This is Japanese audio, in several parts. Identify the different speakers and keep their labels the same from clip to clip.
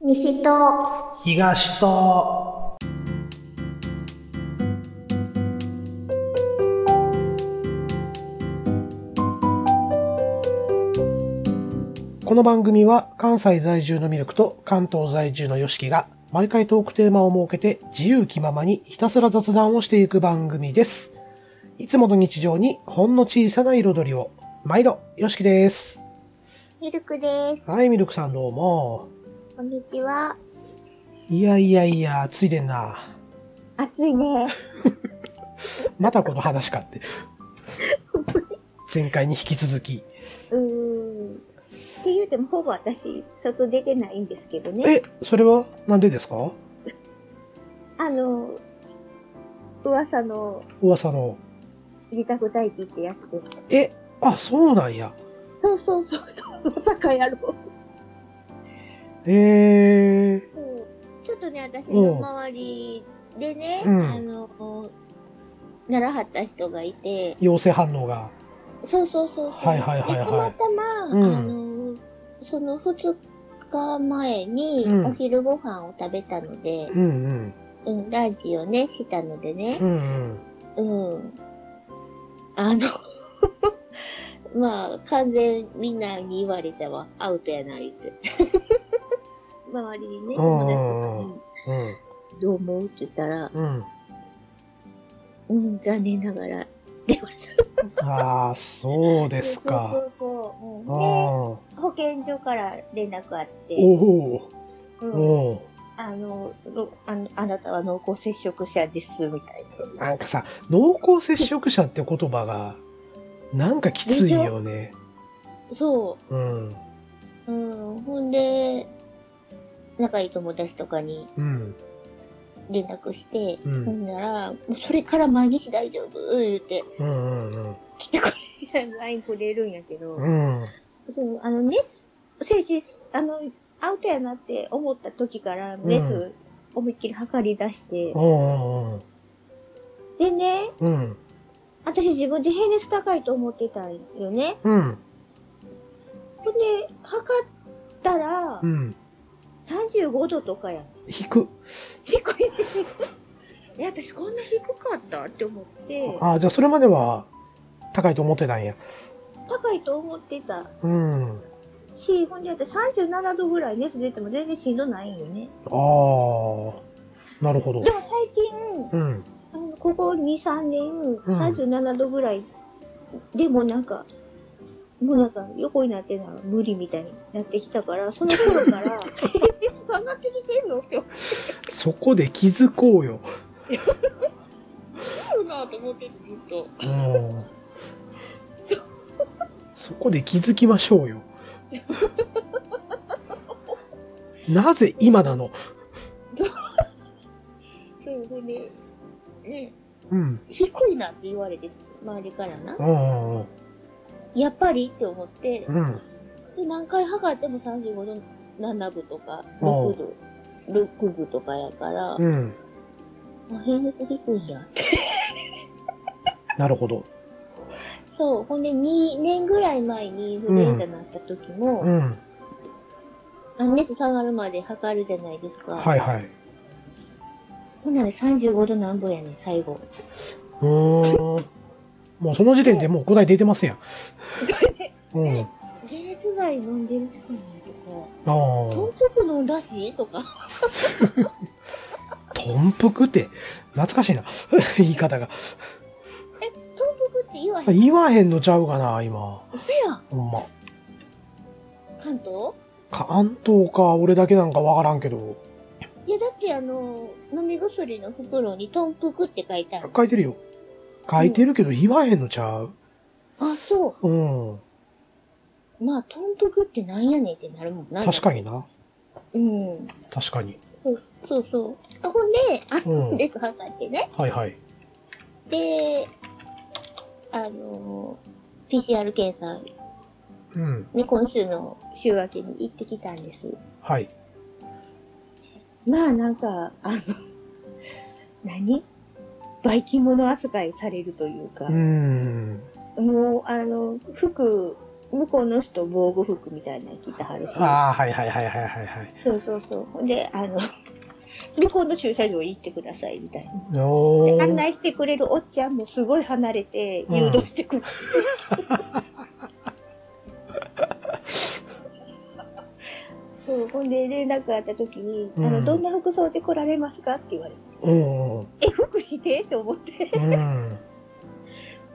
Speaker 1: 西と
Speaker 2: 東とこの番組は関西在住のミルクと関東在住のヨシキが毎回トークテーマを設けて自由気ままにひたすら雑談をしていく番組です。いつもの日常にほんの小さな彩りを。毎度、ヨシキです。
Speaker 1: ミルクです。
Speaker 2: はい、ミルクさんどうも。
Speaker 1: こんにちは。
Speaker 2: いやいやいや、暑いでんな。
Speaker 1: 暑いね。
Speaker 2: またこの話かって。前回に引き続き。
Speaker 1: うーん。って言うてもほぼ私、外出てないんですけどね。
Speaker 2: え、それはなんでですか
Speaker 1: あの、噂の
Speaker 2: 噂の。
Speaker 1: 自宅待機ってやつです。
Speaker 2: え、あ、そうなんや。
Speaker 1: そうそうそうそう。まさかやろう。
Speaker 2: えー、
Speaker 1: ちょっとね、私の周りでね、
Speaker 2: うん
Speaker 1: あの、ならはった人がいて、
Speaker 2: 陽性反応が。
Speaker 1: そうそうそうそう。
Speaker 2: はいはいはいは
Speaker 1: で
Speaker 2: い
Speaker 1: たまたま、
Speaker 2: うん
Speaker 1: あの、その2日前に
Speaker 2: うん
Speaker 1: お昼ご飯を食べたので、
Speaker 2: うんうん。
Speaker 1: うん、ランチをね、したのでね
Speaker 2: う、んうん。
Speaker 1: うん。あの、 まあ、完全みんなに言われたわ。アウトやないって。 周りにね、友達とか
Speaker 2: うん。
Speaker 1: に、どう思うって言ったら、
Speaker 2: うん。
Speaker 1: うん、残念ながら。
Speaker 2: ああ、そうです
Speaker 1: そ
Speaker 2: か。
Speaker 1: うそうそう。うん、
Speaker 2: ああ
Speaker 1: で、保健所から連絡あって、
Speaker 2: おお
Speaker 1: うん
Speaker 2: おお
Speaker 1: あの、のあのあなたは濃厚接触者です、みたいな。
Speaker 2: なんかさ、濃厚接触者って言葉が、なんかきついよね。
Speaker 1: そ
Speaker 2: うん。
Speaker 1: う。うん。ほんで、仲いい友達とかに
Speaker 2: うん。
Speaker 1: 連絡して、
Speaker 2: うん
Speaker 1: ほんなら、もうそれから毎日大丈夫言って、
Speaker 2: うんうん
Speaker 1: 来てくれ、LINE くれるんやけど、
Speaker 2: うん。うん。
Speaker 1: そう、あの、熱、政治、あの、アウトやなって思った時から、
Speaker 2: ん
Speaker 1: 熱、思いっきり測り出して、
Speaker 2: おうおう
Speaker 1: でね、
Speaker 2: おううん。
Speaker 1: 私自分で平熱高いと思ってたんよね。
Speaker 2: うん。
Speaker 1: ほんで、測ったら
Speaker 2: う、ん。
Speaker 1: 35度とかやん。
Speaker 2: 引く。
Speaker 1: 低い。 え、私こんな低かったって思って、
Speaker 2: ああ、じゃあそれまでは、高いと思ってたんや。
Speaker 1: 高いと思ってた
Speaker 2: うん。あ
Speaker 1: し、ほんで私37度ぐらい熱出ても全然しんどないんよね。
Speaker 2: あ。なるほど
Speaker 1: で。も最近、
Speaker 2: うん。
Speaker 1: あのここ2、3年、
Speaker 2: ん
Speaker 1: 37度ぐらい、でもなんか、もうなんか横になってるのは無理みたいになってきたから、その頃 から、え下がってきてんのって思
Speaker 2: そこで気づこうよ。
Speaker 1: うなと思ってずっと。
Speaker 2: うん。そこで気づきましょうよ。なぜ今なの
Speaker 1: そう、ほんで、ね、
Speaker 2: うん。
Speaker 1: 低いなって言われて、周りからな
Speaker 2: う。ん。うん
Speaker 1: やっぱりって思って
Speaker 2: う、ん。
Speaker 1: で何回測っても35度7分とか
Speaker 2: うん
Speaker 1: 6度、6分とかやから、も
Speaker 2: うん。
Speaker 1: う平熱低いんや。
Speaker 2: なるほど。
Speaker 1: そう、ほんで2年ぐらい前にインフルエンザになった時も、
Speaker 2: うん。
Speaker 1: あの熱下がるまで測るじゃないですか。
Speaker 2: はいはい。
Speaker 1: ほんなら35度何分やねん、最後。
Speaker 2: うーん。もうその時点でもう答え出てま すやん。うん。あ
Speaker 1: 解熱剤飲んでるしかないとか、豚
Speaker 2: あ。
Speaker 1: 腹飲んだしとか。
Speaker 2: 豚腹って、懐かしいな。 言い方が。
Speaker 1: 豚腹って言わへん。
Speaker 2: 言わへんのちゃうかな、今。
Speaker 1: 嘘やん。
Speaker 2: ほんま。
Speaker 1: 関東
Speaker 2: 関東か、俺だけなんかわからんけど。
Speaker 1: いや、だってあの、飲み薬の袋に豚腹って書いてある。
Speaker 2: 書いてるよ。書いてるけど言わへんのちゃう
Speaker 1: あ、そう。
Speaker 2: うん。
Speaker 1: まあ、豚腹ってなんやねんってなるもんな。
Speaker 2: 確かにな。
Speaker 1: うん。
Speaker 2: 確かに。
Speaker 1: そうそうそう。あほんで、あ
Speaker 2: うん
Speaker 1: 熱測ってね。
Speaker 2: はいはい。
Speaker 1: で、あのー、PCR 検査、
Speaker 2: うん。
Speaker 1: ね、今週の週明けに行ってきたんです。
Speaker 2: はい。
Speaker 1: まあ、なんか、あの、 何バイキン物扱いされるというか
Speaker 2: うー、ん。
Speaker 1: もう、あの、服向こうの人防護服みたいなの着てはるし。
Speaker 2: ああ、はいはいはいはいはいはい。
Speaker 1: そうそうそう。ほんで、あの、 向こうの駐車場へ行ってくださいみたいな。
Speaker 2: お
Speaker 1: で案
Speaker 2: ー
Speaker 1: 内してくれるおっちゃんもすごい離れて
Speaker 2: うん
Speaker 1: 誘導して くる。そう、ほんで連絡があった時に、あ
Speaker 2: う
Speaker 1: の、
Speaker 2: ん
Speaker 1: どんな服装で来られますかって言われて、
Speaker 2: うんうん。
Speaker 1: え、服着てって思って。
Speaker 2: うん。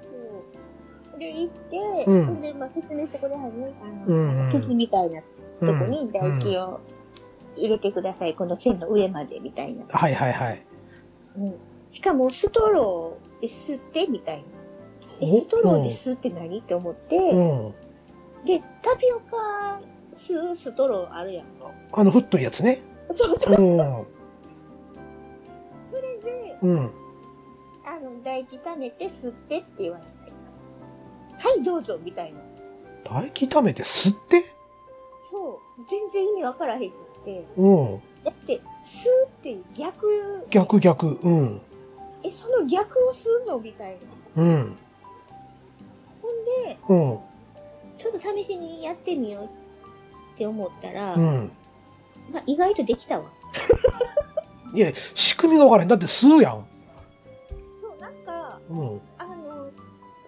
Speaker 1: そうで、行って、
Speaker 2: うん
Speaker 1: ほんで、まあ、説明してくれはるね。あの、
Speaker 2: うんうん
Speaker 1: 靴みたいなとこに唾液
Speaker 2: を。
Speaker 1: を入れてください、この線の上までみたいな。
Speaker 2: はいはいはい。
Speaker 1: うん、しかもストローで吸ってみたいな。え
Speaker 2: お
Speaker 1: ストローで吸って何って思って、
Speaker 2: うん。
Speaker 1: で、タピオカ吸うストローあるやんか。
Speaker 2: あの、ふっとるやつね。
Speaker 1: そうそう。
Speaker 2: うん。
Speaker 1: それで、
Speaker 2: うん。
Speaker 1: あの、唾液溜めて吸ってって言われて。はい、どうぞみたいな。
Speaker 2: 唾液溜めて吸って
Speaker 1: そう。全然意味わからへんくって。
Speaker 2: うん。
Speaker 1: だって、吸うって逆。
Speaker 2: 逆逆。うん。
Speaker 1: え、その逆を吸うのみたいな。
Speaker 2: うん。
Speaker 1: ほんで、
Speaker 2: うん。
Speaker 1: ちょっと試しにやってみようって思ったら、
Speaker 2: うん。
Speaker 1: まあ、意外とできたわ。
Speaker 2: いや、仕組みがわからへん。だって吸うやん。
Speaker 1: そう、なんか、
Speaker 2: うん。
Speaker 1: あの、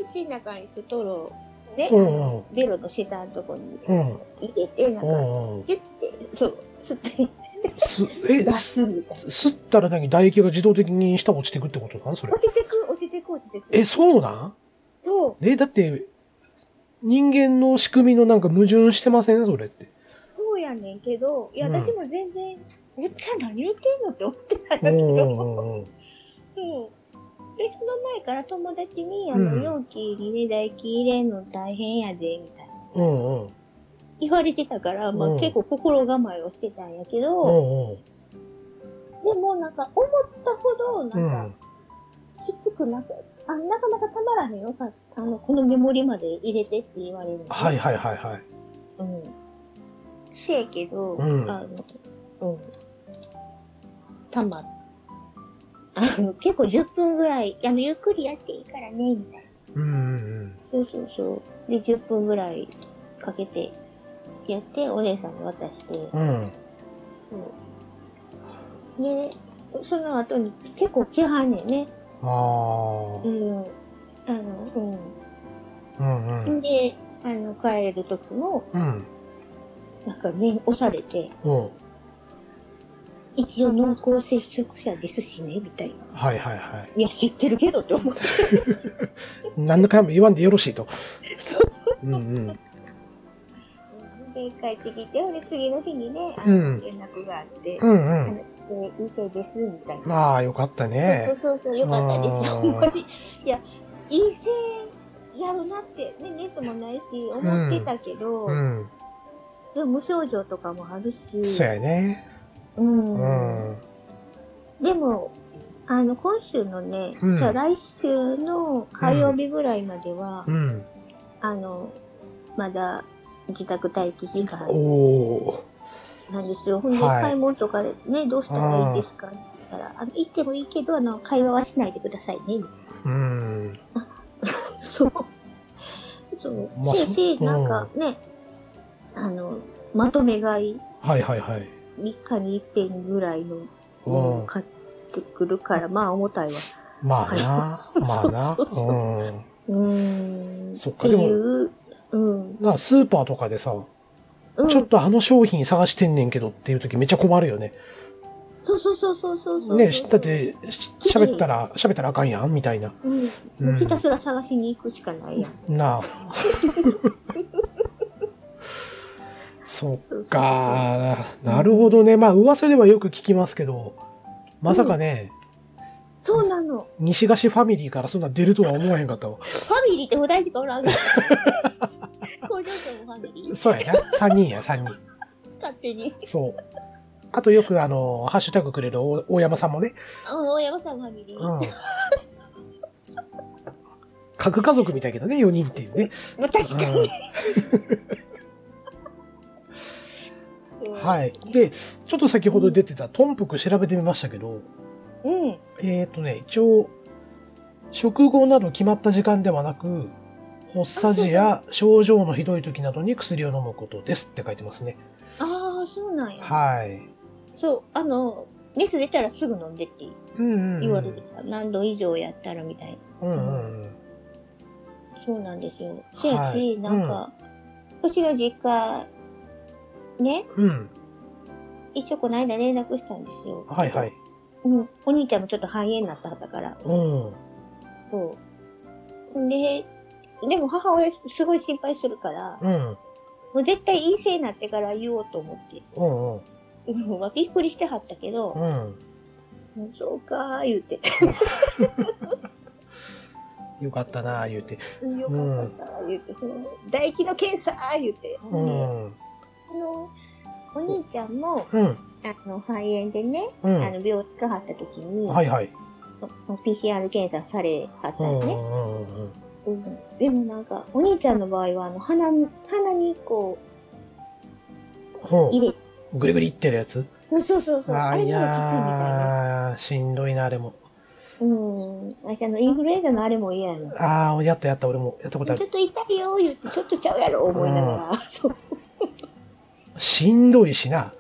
Speaker 1: 口の中にストローで、
Speaker 2: うん
Speaker 1: あのベロの下のとこに
Speaker 2: うん。
Speaker 1: 入れて、なんか、
Speaker 2: うんうん。
Speaker 1: ギュッて、そう、吸って、
Speaker 2: す、え、
Speaker 1: 出
Speaker 2: す
Speaker 1: すみたいな。
Speaker 2: 吸ったら何唾液が自動的に下落ちてくってことなんそれ
Speaker 1: 落。ちてく、落ちてく、落ちてく。
Speaker 2: え、そうなん
Speaker 1: そう、
Speaker 2: え、だって、人間の仕組みのなんか矛盾してませんそれって。
Speaker 1: そうやねんけど、いや、
Speaker 2: うん
Speaker 1: 私も全然、めっちゃ何言ってんのって思ってたん
Speaker 2: う
Speaker 1: だけ
Speaker 2: んう
Speaker 1: ど、
Speaker 2: んうん
Speaker 1: そう。で、その前から友達に、あの、
Speaker 2: うん
Speaker 1: 容器にね、唾液入れんの大変やで、みたいな。
Speaker 2: うん。うんうん。
Speaker 1: 言われてたから、まあ、
Speaker 2: うん
Speaker 1: 結構心構えをしてたんやけ
Speaker 2: う
Speaker 1: ど、
Speaker 2: んうん。
Speaker 1: でもなんか思ったほど、なん
Speaker 2: う
Speaker 1: か、
Speaker 2: ん。
Speaker 1: きつくなく、あ、なかなかたまらへんよ。さあの、このメモリまで入れてって言われるのね、
Speaker 2: はいはいはいはい。
Speaker 1: うん。せやけど、
Speaker 2: うん
Speaker 1: あの、うん。たま、あの、結構10分ぐらい、あの、ゆっくりやっていいからね、みたいな。
Speaker 2: うんうん
Speaker 1: そうそうそう。で、10分ぐらいかけて、やって、お姉さんに渡して、
Speaker 2: うん。うん。
Speaker 1: そう。で、その後に結構来はんねんね。
Speaker 2: ああ
Speaker 1: う。ん。あの、うん。
Speaker 2: うんうん。
Speaker 1: で、あの、帰る時も、
Speaker 2: うん。
Speaker 1: なんかね、押されて、
Speaker 2: うん。
Speaker 1: 一応濃厚接触者ですしね、みたいな。
Speaker 2: はいはいはい
Speaker 1: や、知ってるけどって思って。
Speaker 2: い。何のかも言わんでよろしいと。うんうん。
Speaker 1: で、帰ってきて、ほんで、次の日にね、あ
Speaker 2: う
Speaker 1: の、
Speaker 2: ん
Speaker 1: 連絡があって、
Speaker 2: う
Speaker 1: あ
Speaker 2: ん
Speaker 1: の
Speaker 2: う
Speaker 1: で、陰性です、みたい
Speaker 2: ん。
Speaker 1: な。
Speaker 2: ああ、よかった
Speaker 1: そ
Speaker 2: ね
Speaker 1: う。そうそう、よかったです、
Speaker 2: あー
Speaker 1: ほんまに。いや、陰性やろなって、ね、熱もないし、思ってたけど、
Speaker 2: うん。
Speaker 1: でも無症状とかもあるし、
Speaker 2: そうやね。
Speaker 1: うん
Speaker 2: う、ん。
Speaker 1: でも、あの、今週のね、
Speaker 2: うん
Speaker 1: じゃあ来週の火曜日ぐらいまでは、
Speaker 2: うん。
Speaker 1: あの、まだ自宅待機期間
Speaker 2: おお
Speaker 1: なんですよ。ほんで、
Speaker 2: はい
Speaker 1: 買い物とかでね、どうしたらいいですかって言ったら、あの、行ってもいいけど、あの、会話はしないでくださいね。
Speaker 2: ー。うん。
Speaker 1: そう。そう。
Speaker 2: まあ
Speaker 1: せいせい、
Speaker 2: そう
Speaker 1: なんかね、あの、まとめ買い、
Speaker 2: はいはいはい。
Speaker 1: 3日に一遍ぐらいのも
Speaker 2: う
Speaker 1: のを
Speaker 2: ん。
Speaker 1: 買ってくるから、まあ、重たいわ。
Speaker 2: ま あな。まあな。
Speaker 1: そうそうそう
Speaker 2: うん。
Speaker 1: うーん。
Speaker 2: そっ
Speaker 1: って
Speaker 2: かでも
Speaker 1: いう、うん。
Speaker 2: なスーパーとかでさ、
Speaker 1: うん。
Speaker 2: ちょっとあの商品探してんねんけどっていう時めっちゃ困るよね。
Speaker 1: そうそうそうそうそうそう。
Speaker 2: ね、だっ、て、し喋ったら、喋ったらあかんやんみたいな。
Speaker 1: うん。
Speaker 2: う
Speaker 1: もうんひたすら探しに行くしかないやん。
Speaker 2: な あ。 そっか。なるほどね。まあ、噂ではよく聞きますけど、まさかね、
Speaker 1: そうなの。
Speaker 2: 西菓子ファミリーからそんな出るとは思わへんかったわ。
Speaker 1: ファミリーって大しかおらん から。工場長もファミリー
Speaker 2: そう やな。3人や、3人。
Speaker 1: 勝手に。
Speaker 2: そう。あとよくあの、ハッシュタグくれる大大山さんもね。
Speaker 1: うん大山さんもファミリー。
Speaker 2: うん。 核家族みたいけどね、4人っていうね。
Speaker 1: まあ確かに。
Speaker 2: うん、はい。で、ちょっと先ほど出てた、トンプク調べてみましたけど、
Speaker 1: うん。
Speaker 2: えっ、とね、一応、食後など決まった時間ではなく、発作時や症状のひどい時などに薬を飲むことですって書いてますね。
Speaker 1: ああ、そうなんや。
Speaker 2: はい。
Speaker 1: そう、あの、熱出たらすぐ飲んでって
Speaker 2: うんうんうん。
Speaker 1: 言われてた。何度以上やったらみたい
Speaker 2: うんうんうん。
Speaker 1: な。そうなんですよ。せや
Speaker 2: はい
Speaker 1: し、なんか、うちの実家、ね、
Speaker 2: うん。
Speaker 1: 一応この間連絡したんですよ。
Speaker 2: はいはい。。
Speaker 1: うん。お兄ちゃんもちょっと肺炎になったはったから。
Speaker 2: うん。
Speaker 1: そう。んで、でも母親すごい心配するから、
Speaker 2: うん。
Speaker 1: もう絶対陰性になってから言おうと思って。
Speaker 2: うんうん。
Speaker 1: うんまあ、びっくりしてはったけど、
Speaker 2: うん。
Speaker 1: うんそうかー言うて。
Speaker 2: よかったなあ言うて。
Speaker 1: うんよかったー言うて、その、唾液の検査ー言うて。
Speaker 2: う
Speaker 1: あ
Speaker 2: ん。うん。
Speaker 1: の、お兄ちゃんも、
Speaker 2: うん。
Speaker 1: あの、肺炎でね、
Speaker 2: う
Speaker 1: あ
Speaker 2: ん。
Speaker 1: の、病気かはった時に、
Speaker 2: はいはい。
Speaker 1: まあ PCR 検査されはった
Speaker 2: うん
Speaker 1: よ
Speaker 2: う
Speaker 1: ね。
Speaker 2: んうんうん。
Speaker 1: うんでもなんか、お兄ちゃんの場合は、あの、鼻に、鼻にこ
Speaker 2: ほ
Speaker 1: う、入れて、
Speaker 2: う。ぐりぐりいってるやつ
Speaker 1: うんそうそうそう、
Speaker 2: あ
Speaker 1: あ
Speaker 2: ー
Speaker 1: れ
Speaker 2: い
Speaker 1: でもきついみたいな。
Speaker 2: やー、しんどいな、あれも。
Speaker 1: うん。私あの、インフルエンザのあれも嫌やな。
Speaker 2: あー、やったやった、俺も。やったことあ
Speaker 1: ちょ
Speaker 2: る。
Speaker 1: っと痛いよ、言って、ちょっとちゃうやろ、思いながら。そう。
Speaker 2: しんどいしな。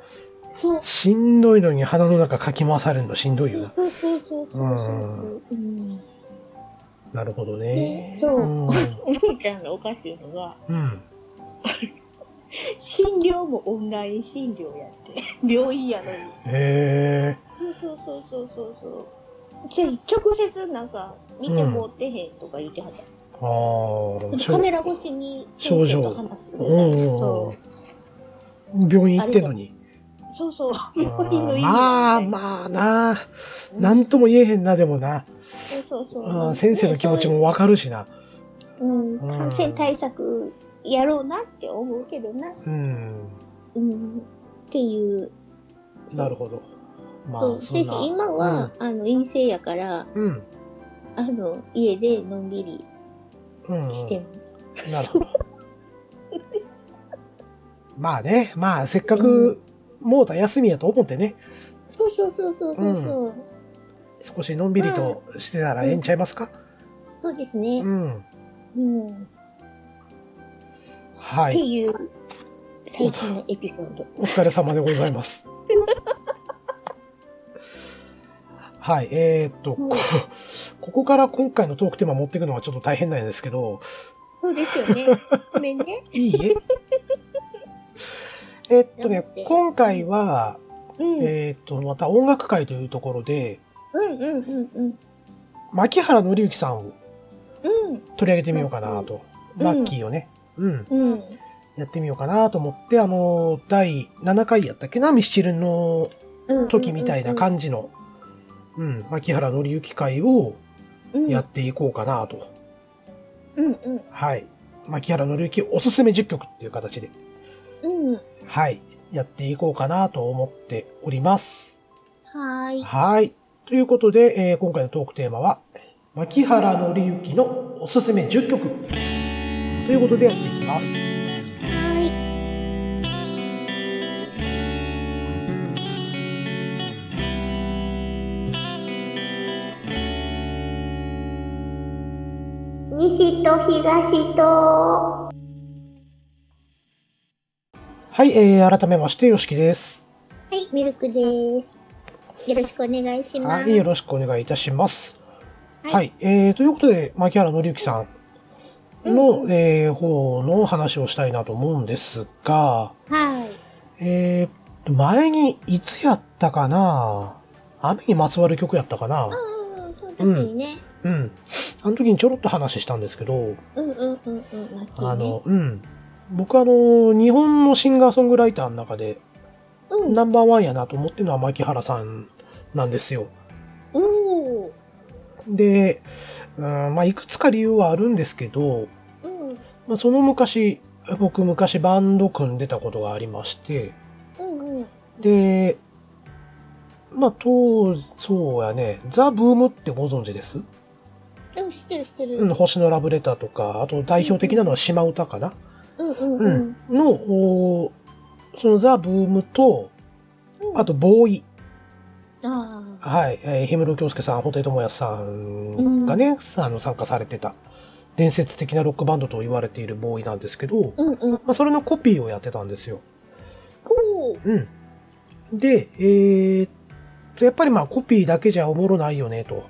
Speaker 1: そう。
Speaker 2: しんどいのに鼻の中かき回されるのしんどいよな。
Speaker 1: そうそうそうそうそう。うん。
Speaker 2: なるほどね。
Speaker 1: ねそうんお兄ちゃんがおかしいのが、
Speaker 2: うん。
Speaker 1: 診療もオンライン診療やって。病院やのに。
Speaker 2: へえ。
Speaker 1: そうそうそうそうそう。じゃ直接なんか、見てもってへんとか言ってはった。
Speaker 2: ああ。し
Speaker 1: カ
Speaker 2: ょ
Speaker 1: メラ越しに先生と話すみたいな。
Speaker 2: うんうん
Speaker 1: そ
Speaker 2: うん。病院行ってんのに。
Speaker 1: うそうそう。病院の意味
Speaker 2: まあまあな。なんとも言えへんな、でもな。
Speaker 1: そうそうそう
Speaker 2: うん先生の気持ちもわかるしな。
Speaker 1: うん、感染対策やろうなって思うけどな、
Speaker 2: うん。
Speaker 1: うん、っていう。
Speaker 2: なるほど。まあ
Speaker 1: そ、う
Speaker 2: そん
Speaker 1: 先
Speaker 2: な
Speaker 1: 生、今は、あの陰性やから、
Speaker 2: うん。
Speaker 1: あの家でのんびり
Speaker 2: うん。うん
Speaker 1: してます。
Speaker 2: なるほど。まあね、まあせっかく、もうた休みやと思ってね、
Speaker 1: そうそうそうそうそうそう。
Speaker 2: 少しのんびりとしてたらええんちゃいますか
Speaker 1: そうです
Speaker 2: う
Speaker 1: ね。
Speaker 2: ん。
Speaker 1: うん、
Speaker 2: は
Speaker 1: って
Speaker 2: い。
Speaker 1: いう最近のエピソード。
Speaker 2: お疲れ様でございます。 はい。えーっと、
Speaker 1: うん
Speaker 2: こ、ここから今回のトークテーマ持っていくのはちょっと大変なんですけど、
Speaker 1: そうですよね。ごめんね。
Speaker 2: いい え。えっと
Speaker 1: や
Speaker 2: ね
Speaker 1: めて、
Speaker 2: 今回は、
Speaker 1: うん、
Speaker 2: えーっと、また音楽会というところで、
Speaker 1: うんうんうんうん
Speaker 2: 牧原紀之さんを
Speaker 1: うん
Speaker 2: 取り上げてみようかなと。
Speaker 1: うん
Speaker 2: マッキーをね。うん。
Speaker 1: うん
Speaker 2: やってみようかなと思って、あの、第7回やったっけな、ミスチルの
Speaker 1: うん。
Speaker 2: 時みたいな感じの、うん、牧原紀之会を
Speaker 1: じ
Speaker 2: やっていこうかなと。
Speaker 1: うんうん
Speaker 2: はい。牧原紀之おすすめ10曲っていう形で、
Speaker 1: うん。は
Speaker 2: はい。やっていこうかなと思っております。
Speaker 1: ーい。
Speaker 2: はい。ということで、えー今回のトークテーマは、牧原紀之のおすすめ10曲ということでやっていきます。
Speaker 1: はーい。西と東と。
Speaker 2: はい、えー改めまして、よしきです。
Speaker 1: はい、ミルクです。よろしくお願いしま
Speaker 2: は
Speaker 1: す。
Speaker 2: い、よろしくお願いいたします。
Speaker 1: はい
Speaker 2: はい、えーということで、牧原紀之さんの、えー方の話をしたいなと思うんですが、
Speaker 1: はい。
Speaker 2: えーと、前にいつやったかな雨にまつわる曲やったかな
Speaker 1: うん、その時にね。
Speaker 2: うん。あの時にちょろっと話したんですけど、
Speaker 1: うんうんうんうん。ラッキーね
Speaker 2: あの、、うん。僕あの、日本のシンガーソングライターの中で、
Speaker 1: うん。
Speaker 2: ナンバーワンやなと思ってるのは牧原さんなんですよ。
Speaker 1: おー
Speaker 2: で、うん、まあ、いくつか理由はあるんですけど、
Speaker 1: うん。うん
Speaker 2: まあ、その昔、僕昔バンド組んでたことがありまして、
Speaker 1: うん。
Speaker 2: で、まあ、当、そうやね、ザ・ブームってご存知です、
Speaker 1: でも知ってる知ってる。
Speaker 2: うん、星のラブレターとか、あと代表的なのは島唄かな、
Speaker 1: うんうんうん。
Speaker 2: の、おーそのザ・ブームと、
Speaker 1: うん
Speaker 2: あと、ボーイ。
Speaker 1: ああ。
Speaker 2: はい。えー、氷室京介さん、布袋寅泰さんがね、あの、参加されてた伝説的なロックバンドと言われているボーイなんですけど、
Speaker 1: うんうん。
Speaker 2: まあ、それのコピーをやってたんですよ。
Speaker 1: おー
Speaker 2: うん。で、えーっと、やっぱりまあコピーだけじゃおもろないよね、と。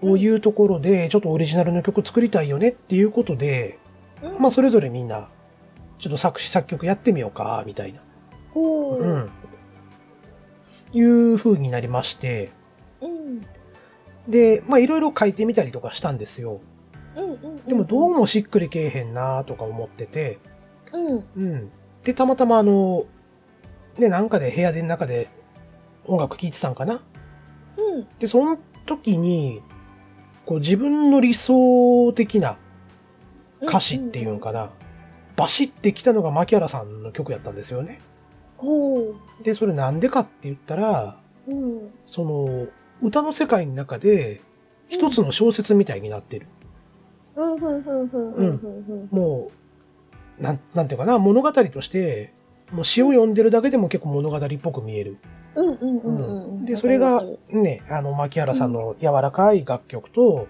Speaker 2: こういうところで、ちょっとオリジナルの曲作りたいよねっていうことで、
Speaker 1: うん
Speaker 2: まあそれぞれみんな、ちょっと作詞作曲やってみようか、みたいな。
Speaker 1: お
Speaker 2: う
Speaker 1: ー
Speaker 2: ん。いう風になりまして、
Speaker 1: うん。
Speaker 2: で、まあいろいろ書いてみたりとかしたんですよ。
Speaker 1: うんうん。
Speaker 2: でもど
Speaker 1: う
Speaker 2: うもしっくりけえへんなとか思ってて、
Speaker 1: うん。
Speaker 2: うん。で、たまたまあの、ね、なんかで部屋で中で音楽聴いてたんかな
Speaker 1: うん。
Speaker 2: で、その時に、こう自分の理想的な歌詞っていうんかな、バシってきたのが牧原さんの曲やったんですよね。
Speaker 1: こ
Speaker 2: で、それなんでかって言ったら、
Speaker 1: う。うん。
Speaker 2: その、歌の世界の中で、一つの小説みたいになってる。
Speaker 1: うんふんふんふんふんふんふん。
Speaker 2: もう、なん、なんていうかな、物語として、もう詩を読んでるだけでも結構物語っぽく見える。
Speaker 1: うんうんうんうん。
Speaker 2: で、それが
Speaker 1: わかる
Speaker 2: ね、あの、牧原さんの柔らかい楽曲と、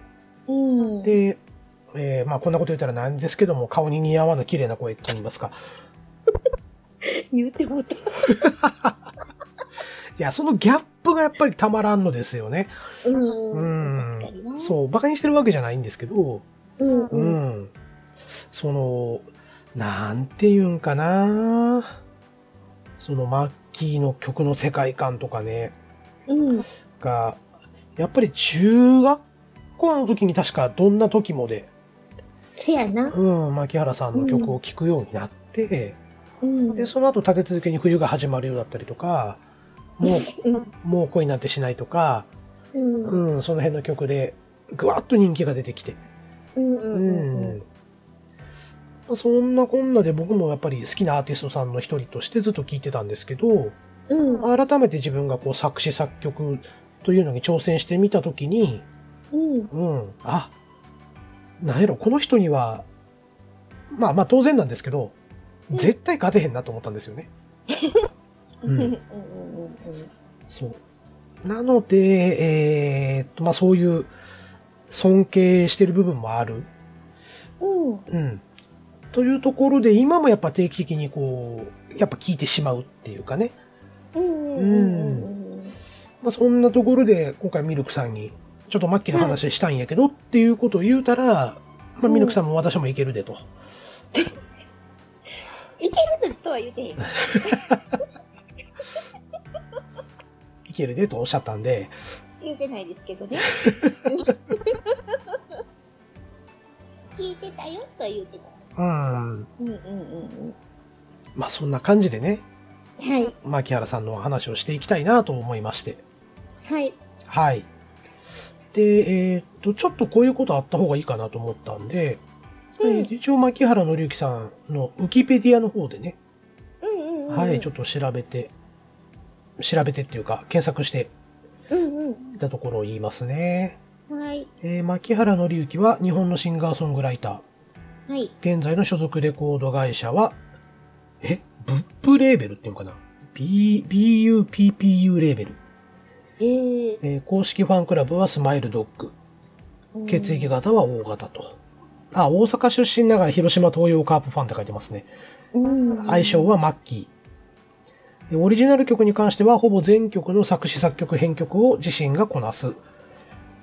Speaker 1: うん。
Speaker 2: で、えーまあこんなこと言ったらなんですけども、顔に似合わぬ綺麗な声って言いますか。
Speaker 1: 言うてもうた。
Speaker 2: いや、そのギャップがやっぱりたまらんのですよね。
Speaker 1: うん。
Speaker 2: うん
Speaker 1: 確かにな。
Speaker 2: そう、馬鹿にしてるわけじゃないんですけど、
Speaker 1: う。うん
Speaker 2: う
Speaker 1: うん。
Speaker 2: ん。その、なんて言うんかな。そのマッキーの曲の世界観とかね、
Speaker 1: うん。
Speaker 2: が、やっぱり中学校の時に確かどんな時もで、
Speaker 1: せやな。
Speaker 2: うん、牧原さんの曲を聴くようになって、
Speaker 1: うん。
Speaker 2: で、その後立て続けに冬が始まるようだったりと か、も
Speaker 1: うん。
Speaker 2: う、もう恋なんてしないとか、
Speaker 1: うん。うん
Speaker 2: うん、その辺の曲で、ぐわっと人気が出てきて、
Speaker 1: うんうん
Speaker 2: う
Speaker 1: うん
Speaker 2: ん。そんなこんなで僕もやっぱり好きなアーティストさんの一人としてずっと聴いてたんですけど、
Speaker 1: うん。
Speaker 2: 改めて自分がこう作詞作曲というのに挑戦してみたときに、
Speaker 1: うん。
Speaker 2: うん、あ、なんやろ、この人には、まあまあ当然なんですけど、
Speaker 1: うん
Speaker 2: 絶対勝てへんなと思ったんですよね。
Speaker 1: うん。うん。
Speaker 2: そう。なので、えーっと、まあそういう尊敬してる部分もある。
Speaker 1: うん。
Speaker 2: うん。というところで、今もやっぱ定期的にこう、やっぱ聞いてしまうっていうかね。
Speaker 1: うん。うん。
Speaker 2: まあそんなところで、今回ミルクさんに、ちょっとマッキーの話したいんやけどっていうことを言うたら、まあミルクさんも私もいけるでと。
Speaker 1: いけるのとは言うてへん。
Speaker 2: いけるでとおっしゃったんで、
Speaker 1: 言うてないですけどね。聞いてたよとは言うてた。
Speaker 2: う
Speaker 1: う
Speaker 2: ん。
Speaker 1: んうんうん
Speaker 2: まあそんな感じでね、
Speaker 1: うん。はい。
Speaker 2: 牧原さんのお話をしていきたいなと思いまして。
Speaker 1: はい。
Speaker 2: はい。で、えーっと、ちょっとこういうことあった方がいいかなと思ったんで、
Speaker 1: うん
Speaker 2: えー一応牧原の之さんのウィキペディアの方でね、
Speaker 1: うんうんうん。
Speaker 2: はい、ちょ
Speaker 1: ょっ
Speaker 2: っと調べて、調べてっていうか、検索して
Speaker 1: と。うん
Speaker 2: いたところを言いますね。
Speaker 1: うん。はい。
Speaker 2: えー牧原紀之は日本のシンガーソングライタ
Speaker 1: はい。
Speaker 2: ー。現在の所属レコード会社は、えブップレーベルっていうのかな ?B、BUPPU レーベル。
Speaker 1: ええ
Speaker 2: えー公式ファンクラブはスマイルドッグ。
Speaker 1: ー。
Speaker 2: 血液型は O 型と。あ、大阪出身ながら広島東洋カープファンって書いてますね。
Speaker 1: うん。
Speaker 2: 愛称はマッキーで。オリジナル曲に関しては、ほぼ全曲の作詞作曲編曲を自身がこなす。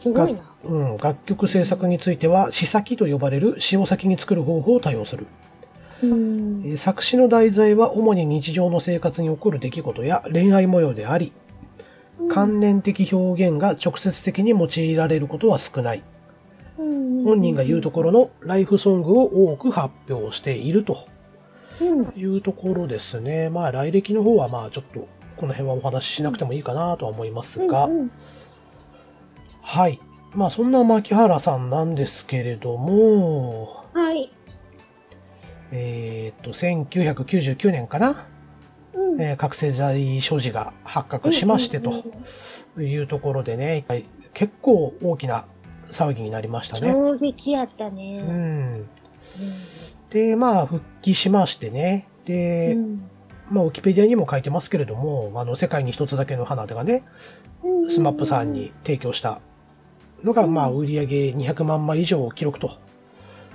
Speaker 1: すごいな。
Speaker 2: うん、楽曲制作については、詩先と呼ばれる詩を先に作る方法を多用する。
Speaker 1: うん
Speaker 2: え。ー作詞の題材は主に日常の生活に起こる出来事や恋愛模様であり、関連的表現が直接的に用いられることは少ない。本
Speaker 1: 本
Speaker 2: 人が言うところのライフソングを多く発表していると
Speaker 1: うん。
Speaker 2: いうところですね。まあ来歴の方はまあちょっとこの辺はお話ししなくてもいいかなとは思いますが、
Speaker 1: うん
Speaker 2: はい。まあそんな牧原さんなんですけれども、
Speaker 1: はい。
Speaker 2: えーっと、1999年かな、
Speaker 1: うん。
Speaker 2: えー覚醒剤所持が発覚しましてというところでね、はい結構大きな騒ぎになりましたね。
Speaker 1: 衝撃やったね。
Speaker 2: うん。で、まあ復帰しましてね、で、まあ、ウィキペディアにも書いてますけれども、あの、世界に一つだけの花がね、スマップさんに提供したのが、
Speaker 1: うん
Speaker 2: まあ、売り上げ200万枚以上を記録と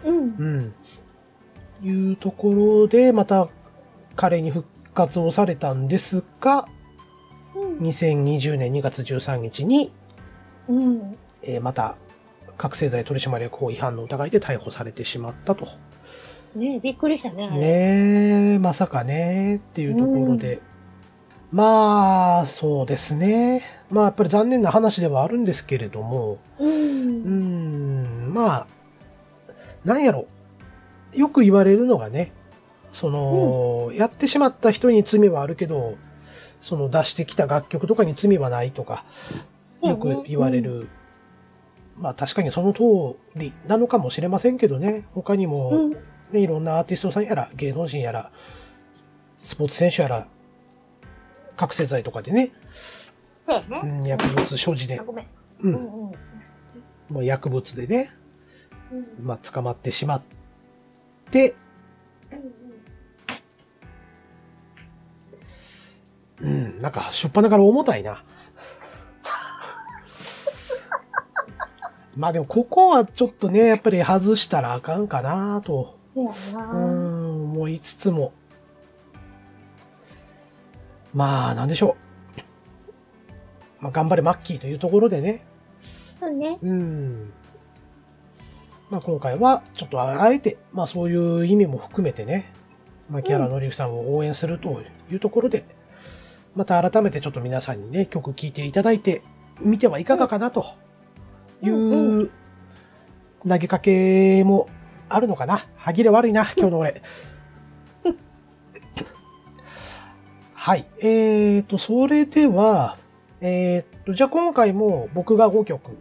Speaker 1: うん。
Speaker 2: うん。いうところで、また彼に復活をされたんですが、
Speaker 1: うん。
Speaker 2: 2020年2月13日に、
Speaker 1: うん。
Speaker 2: えーまた覚醒剤取締役法違反の疑いで逮捕されてしまったと。
Speaker 1: ねえびっくりしたね。あれ。
Speaker 2: ねえ、まさかね、っていうところで。まあ、そうですね。まあ、やっぱり残念な話ではあるんですけれども、
Speaker 1: う
Speaker 2: うー
Speaker 1: ん。
Speaker 2: ん、まあ、なんやろ。よく言われるのがね、その、やってしまった人に罪はあるけど、その出してきた楽曲とかに罪はないとか、
Speaker 1: そう
Speaker 2: よ
Speaker 1: ね
Speaker 2: く言われる。まあ確かにその通りなのかもしれませんけどね、他にも、
Speaker 1: うん。
Speaker 2: ね、いろんなアーティストさんやら、芸能人やら、スポーツ選手やら、覚醒剤とかでね、
Speaker 1: そうや
Speaker 2: う
Speaker 1: ね。
Speaker 2: ん薬物所持で
Speaker 1: あ、ごめん。
Speaker 2: う、
Speaker 1: うんんうん。
Speaker 2: もう薬物でね、
Speaker 1: うん
Speaker 2: まあ、捕まってしまって、うん、なんか、しょっぱなから重たいな。 まあでも、ここはちょっとね、やっぱり外したらあかんかなと、
Speaker 1: そうや
Speaker 2: う
Speaker 1: な。
Speaker 2: ん、思いつつも。まあ、なんでしょう。まあ、頑張れマッキーというところでね、
Speaker 1: そうね。
Speaker 2: うん。まあ今回は、ちょっとあえて、まあそういう意味も含めてね、まあ木原のりふさんを応援するというところで、また改めてちょっと皆さんにね、曲聴いていただいてみてはいかがかなとい
Speaker 1: うん
Speaker 2: う投げかけもあるのかな。歯切れ悪いな、今日の俺。はい。えーと、それでは、えーっと、じゃあ今回も僕が5曲、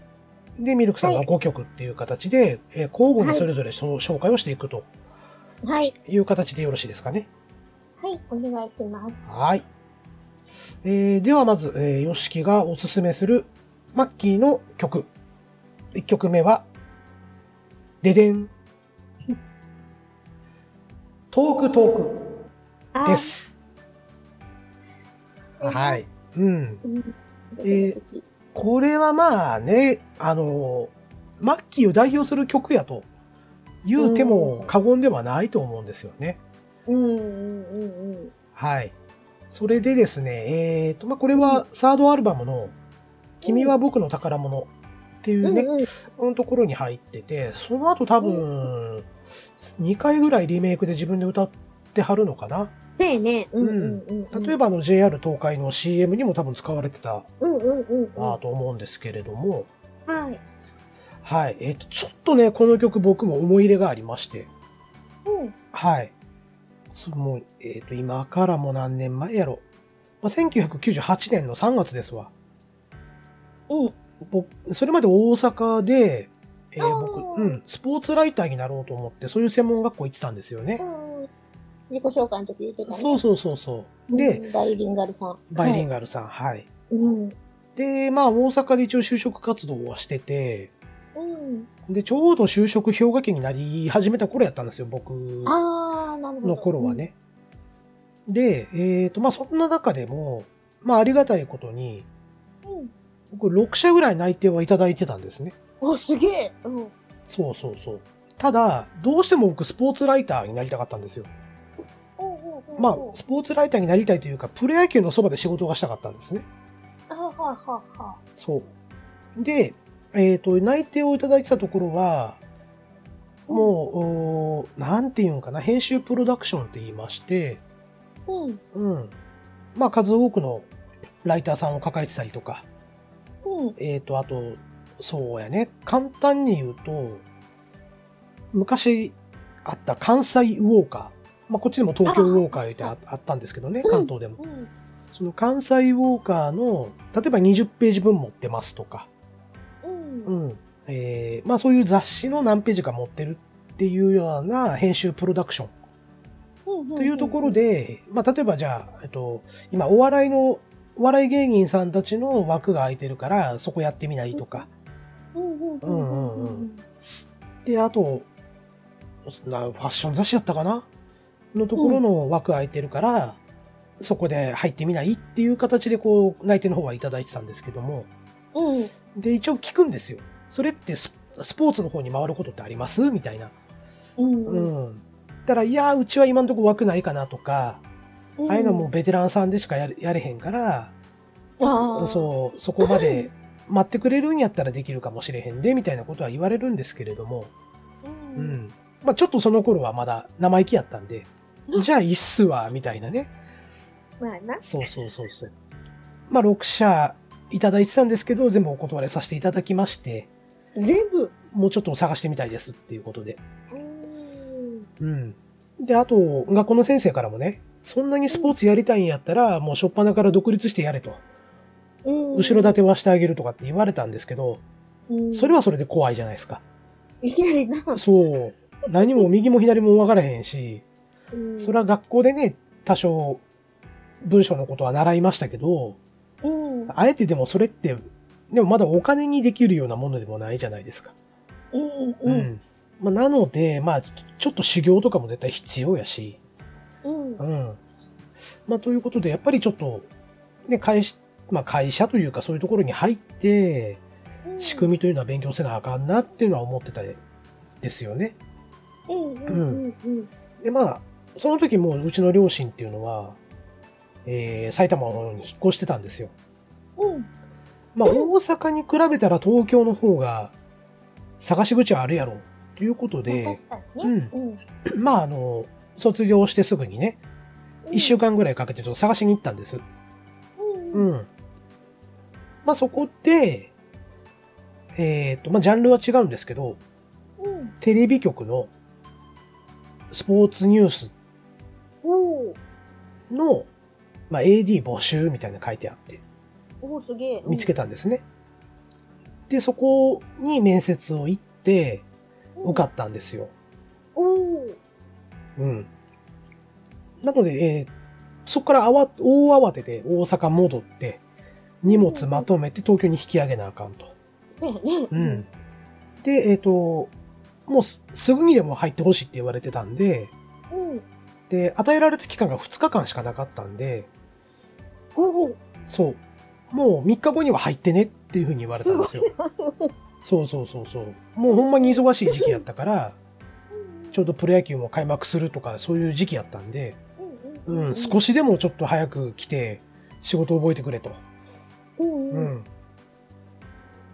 Speaker 2: で、ミルクさんが
Speaker 1: はい
Speaker 2: 5曲っていう形で、えー交互にそれぞれその紹介をしていくと
Speaker 1: はい。
Speaker 2: いう形でよろしいですかね。
Speaker 1: はい。お願いします。
Speaker 2: はい。えーではまず、えー、ヨシキがおすすめするマッキーの曲。1曲目は、で でん。トークトー
Speaker 1: あ
Speaker 2: クです。はい。うん。
Speaker 1: うん。
Speaker 2: えこれはまあね、あの、マッキーを代表する曲やと言うても過言ではないと思うんですよね。
Speaker 1: うんうんうんうん。
Speaker 2: はい。それでですね、えっ、と、まあこれはサードアルバムの君は僕の宝物っていうね、
Speaker 1: うんうん
Speaker 2: このところに入ってて、その後多分2回ぐらいリメイクで自分で歌ってはるのかな。
Speaker 1: だよね。うんうんうん。
Speaker 2: 例え
Speaker 1: ば。
Speaker 2: ばあの JR 東海の CM にも多分使われてた
Speaker 1: うんうんうん。
Speaker 2: な
Speaker 1: は
Speaker 2: と思うんですけれども、
Speaker 1: い。
Speaker 2: はい。えっ、と、ちょっとね、この曲僕も思い入れがありまして。
Speaker 1: うん。
Speaker 2: はい。そもう、えっ、と、今からもう何年前やろ。まあ、1998年の3月ですわ。
Speaker 1: うん。
Speaker 2: 僕、それまで大阪で、えー
Speaker 1: あー
Speaker 2: 僕、うん、スポーツライターになろうと思って、そういう専門学校行ってたんですよね。
Speaker 1: うん自己紹介の時言ってたね。
Speaker 2: そうそうそうそう。で、
Speaker 1: うんバイリンガルさん。
Speaker 2: バイリン
Speaker 1: ガ
Speaker 2: ガルさん、はい。
Speaker 1: ル。うん。
Speaker 2: で、まあ、大阪で一応就職活動はしてて、
Speaker 1: うん。
Speaker 2: で、ちょうど就職氷河期になり始めた頃やったんですよ、僕。
Speaker 1: あー、なるほど。
Speaker 2: の頃は。ね。で、えっ、と、まあ、そんな中でも、まあ、ありがたいことに、
Speaker 1: うん。
Speaker 2: 僕、6社ぐらい内定はいただいてたんですね。
Speaker 1: お、すげえ。うん。
Speaker 2: そうそうそう。ただ、どうしても僕、スポーツライターになりたかったんですよ。
Speaker 1: おうおうおうおう
Speaker 2: まあ、スポーツライターになりたいというか、プロ野球のそばで仕事がしたかったんですね。
Speaker 1: あははは。
Speaker 2: そう。で、えっ、と、内定をいただいてたところは、もう、おーなんていうんかな、編集プロダクションって言いまして、
Speaker 1: うん。
Speaker 2: うん。まあ、数多くのライターさんを抱えてたりとか、
Speaker 1: うん。
Speaker 2: えっ、と、あと、そうやね。簡単に言うと、昔あった関西ウォーカー。まあ、こっちでも東京ウォーカー言うてああったんですけどね、
Speaker 1: うん
Speaker 2: 関東でも。
Speaker 1: うん。
Speaker 2: その関西ウォーカーの、例えば20ページ分持ってますとか、
Speaker 1: うん。
Speaker 2: う
Speaker 1: うん。
Speaker 2: ん。えーまあそういう雑誌の何ページか持ってるっていうような編集プロダクション
Speaker 1: うん。
Speaker 2: というところで、まあ、例えばじゃあ、えっと、今、お笑いの、お笑い芸人さんたちの枠が空いてるから、そこやってみないとか。
Speaker 1: うん。うん。う。
Speaker 2: うんうんうんで、あと、なファッション雑誌だったかなのところの枠空いてるから、そこで入ってみないっていう形で、こう、内定の方はいただいてたんですけども。
Speaker 1: うん。
Speaker 2: で、一応聞くんですよ。それってススポーツの方に回ることってありますみたいな。
Speaker 1: うん
Speaker 2: う
Speaker 1: うん
Speaker 2: ん。だから、いやー、うちは今のところ枠ないかなとか、
Speaker 1: うん
Speaker 2: ああいうのはもうベテランさんでしかやれやれへんから、
Speaker 1: ああ
Speaker 2: そう、そこまで待ってくれるんやったらできるかもしれへんで、みたいなことは言われるんですけれども、
Speaker 1: うん
Speaker 2: うん。まあちょっとその頃はまだ生意気やったんで、じゃあいいっすわ、みたいなね。
Speaker 1: まあな
Speaker 2: そうそうそう そう。まあ6社いただいてたんですけど、全部お断りさせていただきまして、
Speaker 1: 全部
Speaker 2: もうちょっと探してみたいですっていうことで。
Speaker 1: うん
Speaker 2: うん。で、あと、学校の先生からもね、そんなにスポーツやりたいんやったら、もう初っ端から独立してやれと。
Speaker 1: うん
Speaker 2: 後ろ盾はしてあげるとかって言われたんですけど、
Speaker 1: うん
Speaker 2: それはそれで怖いじゃないですか。
Speaker 1: いきなりな
Speaker 2: そう。何も右も左も分からへんし、
Speaker 1: うん
Speaker 2: それは学校でね、多少文章のことは習いましたけど、
Speaker 1: うん
Speaker 2: あえてでもそれって、でもまだお金にできるようなものでもないじゃないですか。
Speaker 1: うんうん
Speaker 2: まあ、なので、まあ、ちちょっと修行とかも絶対必要やし、
Speaker 1: うん
Speaker 2: うん。まあ、ということで、やっぱりちょっと、ね、会社、まあ、会社というかそういうところに入って、仕組みというのは勉強せなあかんなっていうのは思ってたですよね。
Speaker 1: うんうんうん
Speaker 2: で、まあ、その時もううちの両親っていうのは、えー、埼玉の方に引っ越してたんですよ。
Speaker 1: うん
Speaker 2: まあ、大阪に比べたら東京の方が探し口はあるやろうということで、
Speaker 1: 確か
Speaker 2: う
Speaker 1: にね
Speaker 2: ん。
Speaker 1: うん
Speaker 2: まあ、あの、卒業してすぐにね、一週間ぐらいかけてちょっと探しに行ったんです。
Speaker 1: うん
Speaker 2: う
Speaker 1: うん
Speaker 2: ん。まあ、そこで、えっ、と、まあ、ジャンルは違うんですけど、
Speaker 1: うん
Speaker 2: テレビ局のスポーツニュース
Speaker 1: おー
Speaker 2: の、まあ、AD 募集みたいなの書いてあって、
Speaker 1: おーすげえ
Speaker 2: 見つけ
Speaker 1: た
Speaker 2: たんですね。で、そこに面接を行って、受かったんですよ。
Speaker 1: おー
Speaker 2: うん。なので、えーそこからあわ大慌てで大阪戻って、荷物まとめて東京に引き上げなあかんと。
Speaker 1: そうやね
Speaker 2: うん。で、えっ、と、もうすすぐにでも入ってほしいって言われてたんで、
Speaker 1: うん
Speaker 2: で、与えられた期間が2日間しかなかったんで、
Speaker 1: おー
Speaker 2: そう。もう3日後には入ってねっていうふうに言われたんですよ。そうそうそうそう。もうほんまに忙しい時期やったから、 ちょうどプロ野球も開幕するとかそういう時期やったんで、
Speaker 1: う
Speaker 2: うん
Speaker 1: うん
Speaker 2: ん、少しでもちょっと早く来て仕事を覚えてくれと、
Speaker 1: うん
Speaker 2: う
Speaker 1: うん
Speaker 2: ん、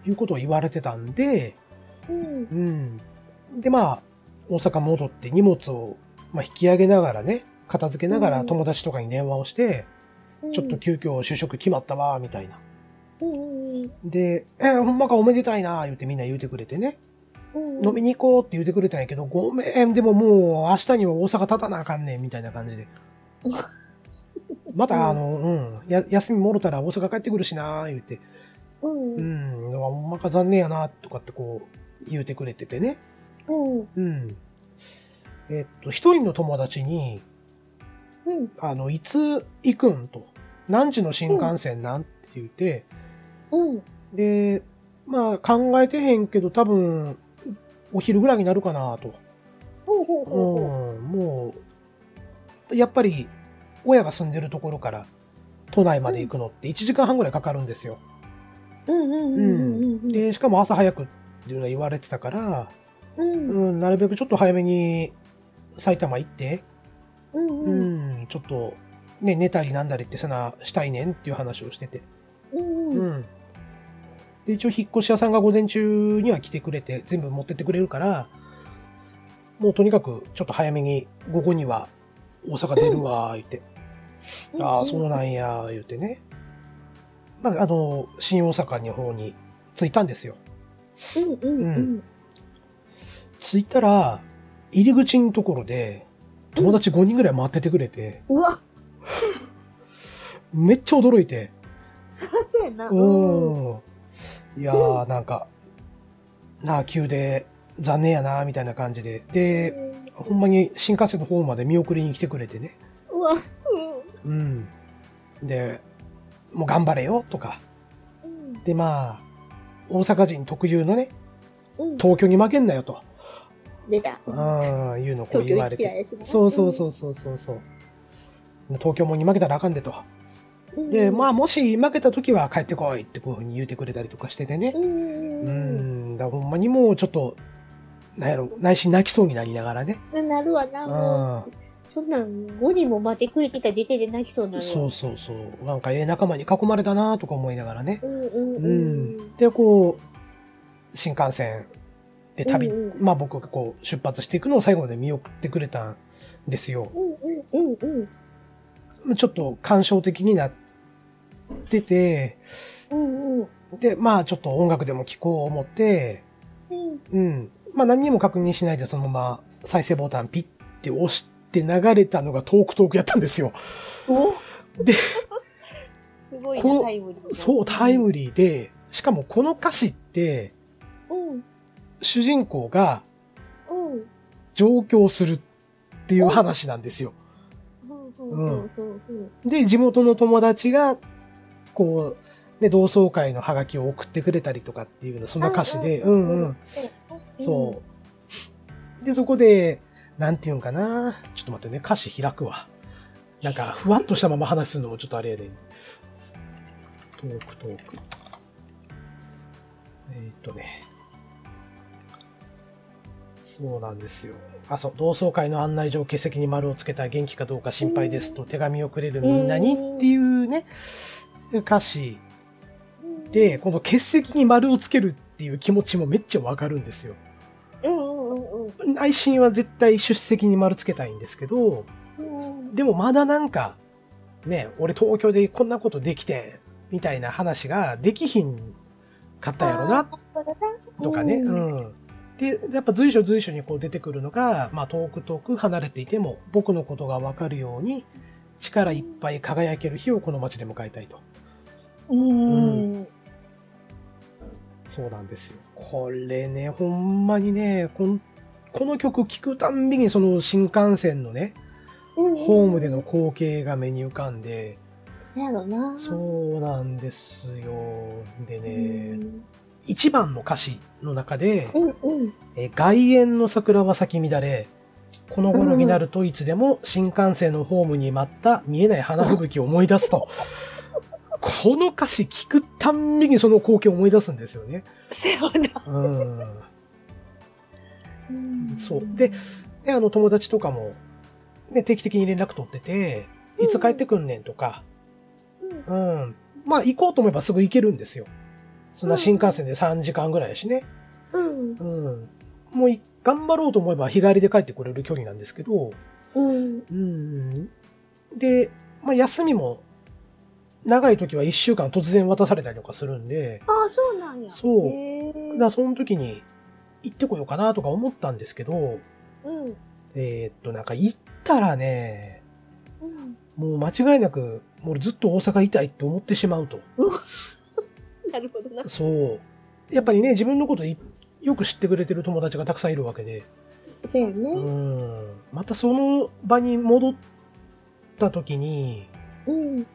Speaker 2: いうことを言われてたんで、
Speaker 1: うん
Speaker 2: うん。で、まあ、大阪戻って荷物を、まあ、引き上げながらね、片付けなが
Speaker 1: う
Speaker 2: ら
Speaker 1: ん
Speaker 2: 友達とかに電話をして、
Speaker 1: うん
Speaker 2: ちょっと急遽就職決まったわ、みたいな。
Speaker 1: うんうん
Speaker 2: で、えー、ほんまかおめでたいな、言ってみんな言うてくれてね。
Speaker 1: うん
Speaker 2: 飲みに行こうって言ってくれたんやけど、ごめん、でももう明日には大阪立たなあかんねん、みたいな感 じで。また、あの、うん、や休みもろたら大阪帰ってくるしな、言って、
Speaker 1: うん
Speaker 2: う
Speaker 1: うん
Speaker 2: ん、ほんまか残念やな、とかってこう、言うてくれててね。
Speaker 1: うん
Speaker 2: うん。えっと、一人の友達に、
Speaker 1: うん
Speaker 2: あの、いつ行くんと、何時の新幹線なんって言って、
Speaker 1: うん
Speaker 2: で、まあ考えてへんけど、多分、お昼ぐらいになるかな、と。
Speaker 1: ほうほう
Speaker 2: う
Speaker 1: ほ
Speaker 2: ん
Speaker 1: うほう、
Speaker 2: もう、やっぱり、親が住んでるところから、都内まで行くのって1時間半ぐらいかかるんですよ。
Speaker 1: うんうんうんうんうん
Speaker 2: で、しかも朝早くっていうのは言われてたから、
Speaker 1: うん
Speaker 2: うん、なるべくちょっと早めに埼玉行って、
Speaker 1: うん
Speaker 2: う
Speaker 1: うん
Speaker 2: ん、ちょっと、ね、寝たりなんだりってせな、したいねんっていう話をしてて。
Speaker 1: うんうん
Speaker 2: うん。で、一応引っ越し屋さんが午前中には来てくれて、全部持ってってくれるから、もうとにかくちょっと早めに午後には大阪出るわ、言って。ああ、そうなんや、言ってね。まあ、あの、新大阪の方に着いたんですよ。
Speaker 1: うんうんうん
Speaker 2: 着いたら、入り口のところで、友達5人ぐらい待っててくれて、
Speaker 1: うわ
Speaker 2: めっちゃ驚いて、
Speaker 1: そらそうやなうん
Speaker 2: うん。いやー、なんか、なあ、急で、残念やな、みたいな感じで。で、ほんまに新幹線の方まで見送りに来てくれてね。
Speaker 1: うわ
Speaker 2: うん。で、もう頑張れよ、とか。
Speaker 1: うん
Speaker 2: で、まあ、大阪人特有のね、
Speaker 1: うん
Speaker 2: 東京に負けんなよ、と。
Speaker 1: 出た
Speaker 2: うん、いうのをこう
Speaker 1: 東
Speaker 2: 言
Speaker 1: 京
Speaker 2: わ
Speaker 1: 行
Speaker 2: れ
Speaker 1: き嫌い
Speaker 2: て。
Speaker 1: やしな
Speaker 2: そうそうそうそうそうそう。東京もに負けたらあかんでと。
Speaker 1: うん
Speaker 2: で、まあ、もし負けた時は帰ってこいってこういうふうに言うてくれたりとかしててね
Speaker 1: う。んうん
Speaker 2: う
Speaker 1: うん
Speaker 2: ん、だからほんまにもうちょっと、なんやろ、内心泣きそうになりながらね。
Speaker 1: ななるわな、もう。
Speaker 2: あ
Speaker 1: そんなん5人も待ってくれてた時点で泣きそうな
Speaker 2: あ、
Speaker 1: の。
Speaker 2: そうそうそう。なんかええ仲間に囲まれたなとか思いながらね。
Speaker 1: うんうん
Speaker 2: う
Speaker 1: うん。
Speaker 2: ん。で、こう、新幹線で旅、
Speaker 1: うんうん
Speaker 2: まあ僕がこう出発していくのを最後まで見送ってくれたんですよ。
Speaker 1: うんうんうんうん
Speaker 2: ちょっと感傷的になってて、
Speaker 1: うんうん
Speaker 2: で、まあちょっと音楽でも聴こう思って、
Speaker 1: うん
Speaker 2: うん。まあ何にも確認しないでそのまま再生ボタンピッて押して流れたのがトークトークやったんですよ。
Speaker 1: お
Speaker 2: で、
Speaker 1: すごい
Speaker 2: こ
Speaker 1: な
Speaker 2: の
Speaker 1: タイムリーな。
Speaker 2: そう、タイムリーで、しかもこの歌詞って、
Speaker 1: うん
Speaker 2: 主人公が
Speaker 1: うんうん
Speaker 2: 上京するっていう話なんですよ。
Speaker 1: うんうんうん
Speaker 2: で、地元の友達が、こう、ね、同窓会のハガキを送ってくれたりとかっていうような、そんな歌詞で、
Speaker 1: うん
Speaker 2: うんうん。
Speaker 1: うん。
Speaker 2: そう。で、そこで、なんていうんかな。ちょっと待ってね、歌詞開くわ。なんか、ふわっとしたまま話すのもちょっとあれやで。トークトーク。えーっとね。そうなんですよ。あ、そう、同窓会の案内状、欠席に丸をつけた元気かどうか心配ですと手紙をくれるみんなにっていうね、歌詞
Speaker 1: うん。
Speaker 2: で、この欠席に丸をつけるっていう気持ちもめっちゃわかるんですよ。
Speaker 1: うんうんうん
Speaker 2: 内心は絶対出席に丸つけたいんですけど、
Speaker 1: うん。
Speaker 2: でもまだなんか、ね、俺東京でこんなことできてん、みたいな話ができひんかったんやろな、とかね。
Speaker 1: う。
Speaker 2: うんん。で、やっぱ随所随所にこう出てくるのが、まあ遠く遠く離れていても僕のことがわかるように、力いっぱい輝ける日をこの街で迎えたいと。
Speaker 1: うん。
Speaker 2: そうなんですよ。これね、ほんまにね、こんこの曲聴くたんびにその新幹線のね、ホームでの光景が目に浮かんで、
Speaker 1: なんやろな。
Speaker 2: そうなんですよ。で
Speaker 1: う
Speaker 2: ね、
Speaker 1: ん
Speaker 2: 一番の歌詞の中で、
Speaker 1: うんうん。
Speaker 2: え外苑の桜は咲き乱れ、この頃になるといつでも新幹線のホームに舞った見えない花吹雪を思い出すと。この歌詞聞くたんびにその光景を思い出すんですよね。
Speaker 1: せやな。
Speaker 2: うん。
Speaker 1: うん
Speaker 2: そうで、で、あの友達とかも、ね、定期的に連絡取ってて、いつ帰ってくんねんとか、
Speaker 1: うん
Speaker 2: うん。まあ行こうと思えばすぐ行けるんですよ。そんな新幹線で3時間ぐらいやしね。
Speaker 1: うん
Speaker 2: うん。もうい頑張ろうと思えば日帰りで帰ってこれる距離なんですけど、
Speaker 1: うん
Speaker 2: うん。で、まあ休みも、長い時は1週間突然渡されたりとかするんで、
Speaker 1: ああ、そうなんや。
Speaker 2: そう
Speaker 1: へ
Speaker 2: だ
Speaker 1: ー
Speaker 2: からその時に行ってこようかなとか思ったんですけど、
Speaker 1: うん。
Speaker 2: えーっと、なんか行ったらね、
Speaker 1: うん。
Speaker 2: もう間違いなく、もうずっと大阪いたいって思ってしまうと。
Speaker 1: なるほどな。
Speaker 2: そう。やっぱりね、自分のこといよく知ってくれてる友達がたくさんいるわけで、
Speaker 1: そうやね。
Speaker 2: うん。またその場に戻った時に、
Speaker 1: うん。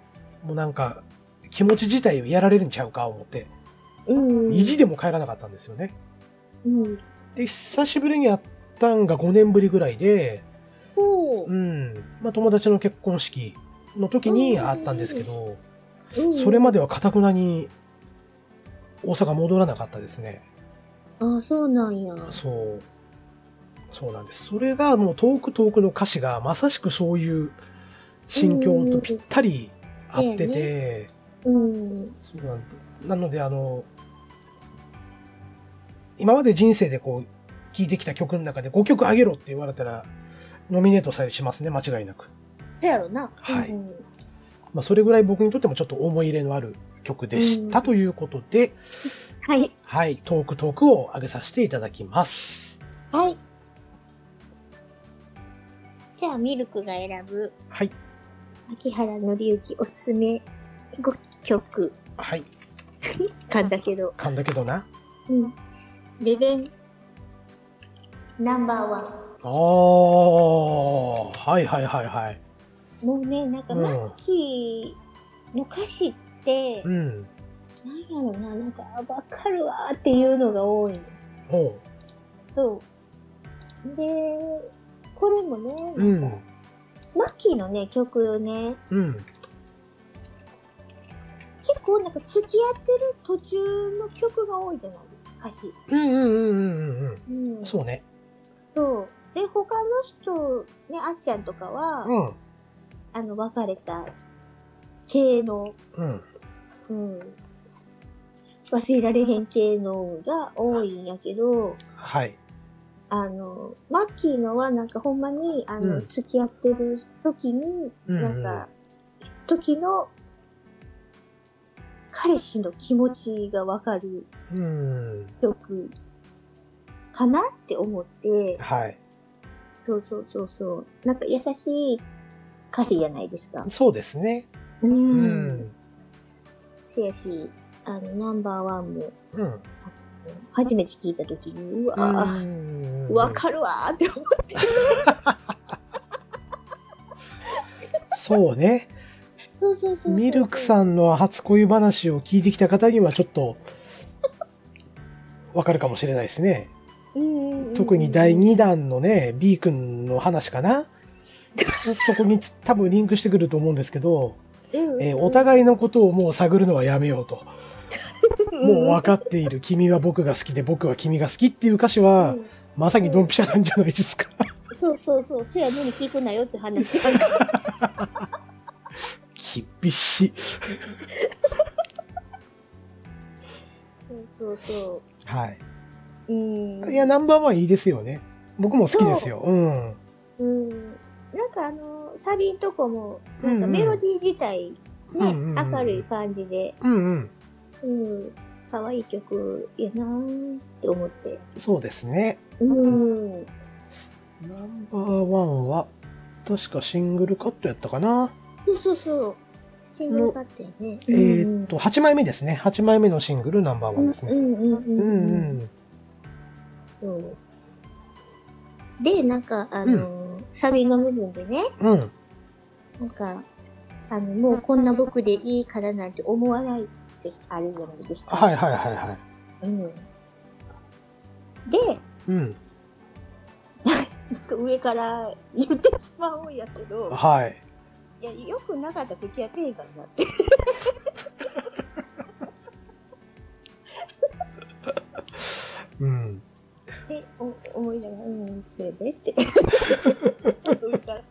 Speaker 2: もうなんか、気持ち自体をやられるんちゃうか思って、
Speaker 1: うん。
Speaker 2: 意地でも帰らなかったんですよね。
Speaker 1: うん。
Speaker 2: で、久しぶりに会ったんが5年ぶりぐらいで、
Speaker 1: ほう
Speaker 2: う。ん。まあ友達の結婚式の時に会ったんですけど、
Speaker 1: うん
Speaker 2: それまではかたくなに大阪戻らなかったですね。
Speaker 1: ああ、そうなんや。
Speaker 2: そう。そうなんです。それがもう遠く遠くの歌詞がまさしくそういう心境とぴったり合って
Speaker 1: うん
Speaker 2: て、
Speaker 1: うん。
Speaker 2: そうなんなのであの、今まで人生でこう聴いてきた曲の中で5曲あげろって言われたら、ノミネートされしますね、間違いなく。
Speaker 1: そやろな。
Speaker 2: はい
Speaker 1: うん
Speaker 2: まあ、それぐらい僕にとってもちょっと思い入れのある曲でした、
Speaker 1: うん
Speaker 2: ということで、
Speaker 1: はい。
Speaker 2: はい、トークトークを上げさせていただきます。
Speaker 1: はい。じゃあ、ミルクが選ぶ、
Speaker 2: はい、
Speaker 1: 秋原紀之おすすめ5曲。
Speaker 2: はい、
Speaker 1: かんだけど。
Speaker 2: 噛んだけどな。
Speaker 1: うん。ででん。ナンバーワン。
Speaker 2: ああ、はいはいはいはい。
Speaker 1: もうね、なんか、
Speaker 2: うん
Speaker 1: マッキーの歌詞って、
Speaker 2: うん、
Speaker 1: なんやろな、なんか、あわかるわーっていうのが多いの
Speaker 2: ほ
Speaker 1: そう。で、これもね、
Speaker 2: う、うん
Speaker 1: なんか、、マッキーのね、曲ね、
Speaker 2: うん、
Speaker 1: 結構なんか付き合ってる途中の曲が多いじゃないですか。歌詞。
Speaker 2: うんうんうんうんうん
Speaker 1: う。
Speaker 2: うんん。そうね。
Speaker 1: そう。で、他の人、ね、あっちゃんとかは、
Speaker 2: うん。
Speaker 1: あの、別れた系の、
Speaker 2: うん。
Speaker 1: うん。忘れられへん系のが多いんやけど、
Speaker 2: はい。
Speaker 1: あの、マッキーのはなんかほんまに、あの、
Speaker 2: うん
Speaker 1: 付き合ってる時に、
Speaker 2: うん
Speaker 1: なんか、時の、彼氏の気持ちがわかる
Speaker 2: うん。
Speaker 1: 曲かなって思って、
Speaker 2: はい。
Speaker 1: そうそうそうそう。なんか優しい歌詞じゃないですか。
Speaker 2: そうですね。
Speaker 1: う。
Speaker 2: うんん。
Speaker 1: せやし、あの、ナンバーワンも、
Speaker 2: うん。
Speaker 1: 初めて聞いたときに、うわ
Speaker 2: う
Speaker 1: ぁ、
Speaker 2: ん
Speaker 1: わかるわーって思っ
Speaker 2: そうね。
Speaker 1: そうそうそうそう。
Speaker 2: ミルクさんの初恋話を聞いてきた方にはちょっと、わかるかもしれないですね。
Speaker 1: うんうんうんうん。
Speaker 2: 特に第2弾のね、B 君の話かな。そこに多分リンクしてくると思うんですけど、
Speaker 1: うんうん、
Speaker 2: えーお互いのことをもう探るのはやめようと。
Speaker 1: うん、
Speaker 2: もう分かっている。君は僕が好きで僕は君が好きっていう歌詞は、
Speaker 1: うん
Speaker 2: まさにドンピシャなんじゃないですか。
Speaker 1: そうそうそう、せやのに聞くなよって話。
Speaker 2: 厳しい。
Speaker 1: そうそうそ
Speaker 2: はい。
Speaker 1: う。うん。
Speaker 2: いや、ナンバーワンいいですよね。僕も好きですよ。うん。
Speaker 1: うん。なんかあの、サビんとこも、なんか
Speaker 2: うんうん
Speaker 1: メロディー自体、ね、
Speaker 2: うんうんうん
Speaker 1: 明るい感じで、
Speaker 2: うんうん。
Speaker 1: うん、可愛い曲やなーって思って。
Speaker 2: そうですね。
Speaker 1: うん。
Speaker 2: ナンバーワンは、確かシングルカットやったかな。
Speaker 1: そうそうそう。シングル買ってね。
Speaker 2: えーっと、8枚目ですね。8枚目のシングルナンバー
Speaker 1: う
Speaker 2: ワン
Speaker 1: ん、
Speaker 2: です
Speaker 1: う
Speaker 2: ね。
Speaker 1: んうんう
Speaker 2: うんん
Speaker 1: う。
Speaker 2: うんん。
Speaker 1: そうで、なんか、あのーサビの部分でね、
Speaker 2: うん。
Speaker 1: なんか、あの、もうこんな僕でいいからなんて思わないってあるじゃないですか。
Speaker 2: はいはいはいはい。
Speaker 1: うん。で、
Speaker 2: うん。
Speaker 1: なんか上から言ってしまうんやけど、
Speaker 2: はい。
Speaker 1: いや、よくなかったら付き合ってへんからなって。
Speaker 2: うん。
Speaker 1: で、お思いながら、うん、それでって。上から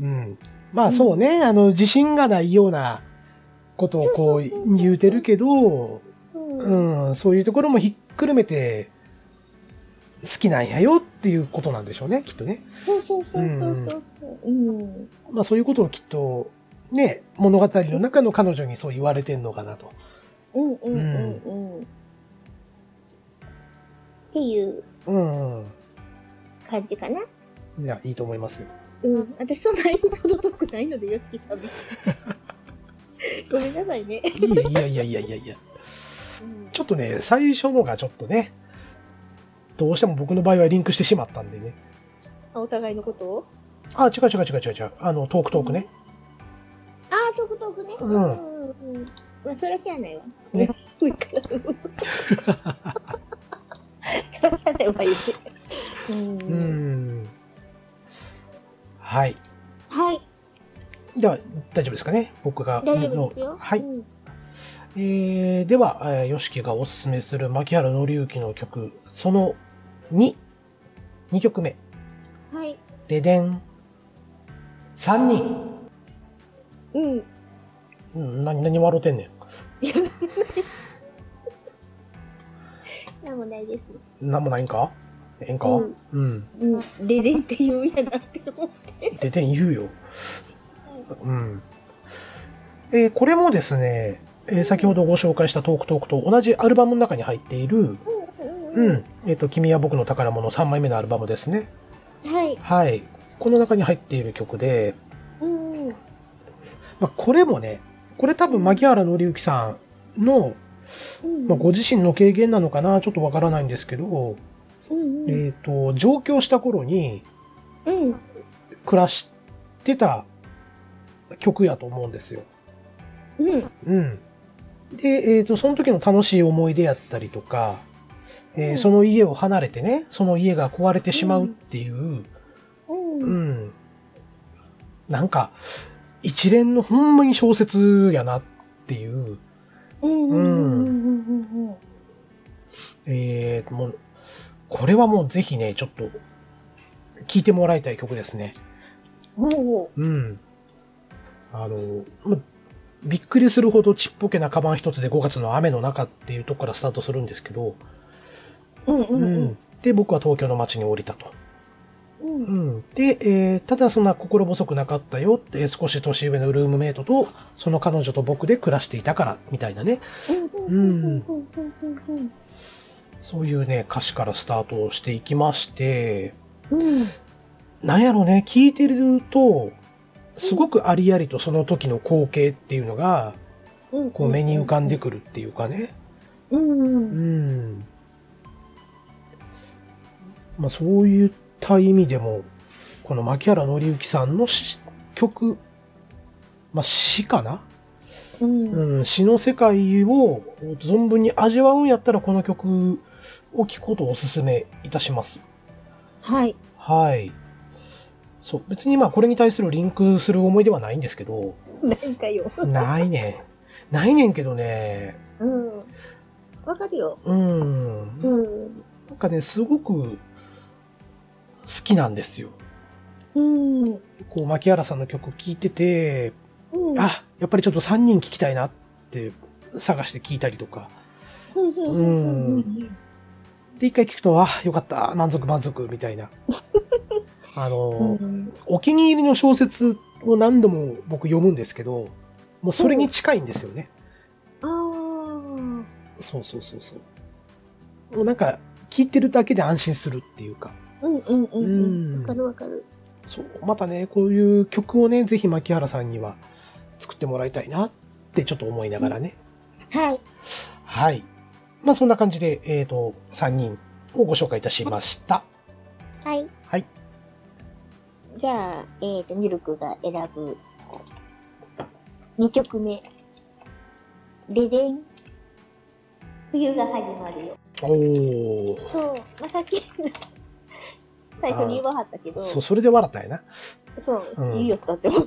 Speaker 2: うん。まあそうね。あの、自信がないようなことをこ
Speaker 1: そうそうそうそう
Speaker 2: う言うてるけど、
Speaker 1: うん。
Speaker 2: うん、そういうところもひっくるめて、好きなんやよっていうことなんでしょうね、きっとね。
Speaker 1: そうそうそうそうそうそう。うん。
Speaker 2: まあそういうことをきっと、ね、物語の中の彼女にそう言われてんのかなと。
Speaker 1: うんうんうんうん。っていう
Speaker 2: うん、う
Speaker 1: 感じかな。
Speaker 2: ん。いや、いいと思いますよ。
Speaker 1: うん。私そんなにほど遠くないので、よしき さん。ごめんなさいね。
Speaker 2: いやいやいやいやいやいや。
Speaker 1: うん
Speaker 2: ちょっとね、最初のがちょっとね、どうしても僕の場合はリンクしてしまったんでね。
Speaker 1: あお互いのことを
Speaker 2: あ、違う違う違う違う違う。あの、トークトークね。
Speaker 1: ああ、とくとくね。
Speaker 2: うん
Speaker 1: んうん。まあ、そらしゃあないわ。
Speaker 2: ね
Speaker 1: もう一回。 そらしゃあないわ、言って。うん。
Speaker 2: うん。はい。
Speaker 1: はい、
Speaker 2: では、大丈夫ですかね僕が。
Speaker 1: 大丈夫ですよ。
Speaker 2: はい。
Speaker 1: うん
Speaker 2: えーでは、えー、ヨシキがおすすめする牧原紀之の曲、その2、2曲目、
Speaker 1: はい。
Speaker 2: ででん。3人。
Speaker 1: うん。い
Speaker 2: うん、何、何笑うてんね
Speaker 1: や、もうないです。
Speaker 2: ん。なんもないんかええんか
Speaker 1: う
Speaker 2: うんん。
Speaker 1: うん。ででんって言うんやなって思って。
Speaker 2: ででん言うよ。うん。えーこれもですね、えー先ほどご紹介したトークトークと同じアルバムの中に入っている、
Speaker 1: うん
Speaker 2: うん。えっ、と、君は僕の宝物3枚目のアルバムですね。
Speaker 1: はい。
Speaker 2: はい。この中に入っている曲で、
Speaker 1: うん。うん。
Speaker 2: まあ、これもね、これ多分、牧原紀之さんの、まあ、ご自身の経験なのかな、ちょっとわからないんですけど、
Speaker 1: うんうん。
Speaker 2: えっ、と、上京した頃に
Speaker 1: うん。
Speaker 2: 暮らしてた曲やと思うんですよ。
Speaker 1: うん。
Speaker 2: うん。で、えっ、と、その時の楽しい思い出やったりとか、えー
Speaker 1: うん
Speaker 2: その家を離れてね、その家が壊れてしまうっていう、
Speaker 1: う。
Speaker 2: うんん。なんか、一連のほんまに小説やなっていう、
Speaker 1: うんうんうんうんうんうん。
Speaker 2: えー、もう、これはもうぜひね、ちょっと、聴いてもらいたい曲ですね。
Speaker 1: おう
Speaker 2: うん。あの、まびっくりするほどちっぽけなカバン一つで5月の雨の中っていうとこからスタートするんですけど、
Speaker 1: うんうんう
Speaker 2: うんんで、僕は東京の街に降りたと。
Speaker 1: うん
Speaker 2: う。ん、で、えーただそんな心細くなかったよって、えー少し年上のルームメイトと、その彼女と僕で暮らしていたから、みたいなね。そういうね、歌詞からスタートしていきまして、なんやろね、聞いてると、すごくありありとその時の光景っていうのが、こう目に浮かんでくるっていうかね。
Speaker 1: うん
Speaker 2: うん。まあそういった意味でも、この牧原紀之さんの詩曲、まあ詩かな
Speaker 1: うん
Speaker 2: うん、詩の世界を存分に味わうんやったらこの曲を聴くことをお勧めいたします。
Speaker 1: はい
Speaker 2: はい。そう。別にまあこれに対するリンクする思いではないんですけど、
Speaker 1: なんかよ
Speaker 2: ないねん。ないねんけどね、
Speaker 1: うんわかるよ
Speaker 2: うん。
Speaker 1: うん
Speaker 2: なんかね、すごく好きなんですよ。
Speaker 1: うんうん
Speaker 2: こう、牧原さんの曲聴いてて、あ、やっぱりちょっと3人聴きたいなって探して聴いたりとか。
Speaker 1: うんうん
Speaker 2: で、一回聞くと、あ、よかった、満足満足、みた いな。あの、
Speaker 1: うん
Speaker 2: お気に入りの小説を何度も僕読むんですけど、もうそれに近いんですよね。
Speaker 1: あー
Speaker 2: そうそうそうそう。もうなんか、聞いてるだけで安心するっていうか。
Speaker 1: うんうんうん
Speaker 2: う
Speaker 1: うんんわかるわかる
Speaker 2: そう。またね、こういう曲をね、ぜひ牧原さんには作ってもらいたいなってちょっと思いながらね。
Speaker 1: はい
Speaker 2: はい。まあそんな感じで、えっ、と、3人をご紹介いたしました。
Speaker 1: はい
Speaker 2: はい。
Speaker 1: じゃあえっとミルクが選ぶ2曲目ででん冬が始まるよ
Speaker 2: おー。
Speaker 1: そう、まあ、さっき 最初に言わはったけど、
Speaker 2: そ、
Speaker 1: そう
Speaker 2: それで笑ったんやな。
Speaker 1: う、
Speaker 2: うん
Speaker 1: いいよだって思って。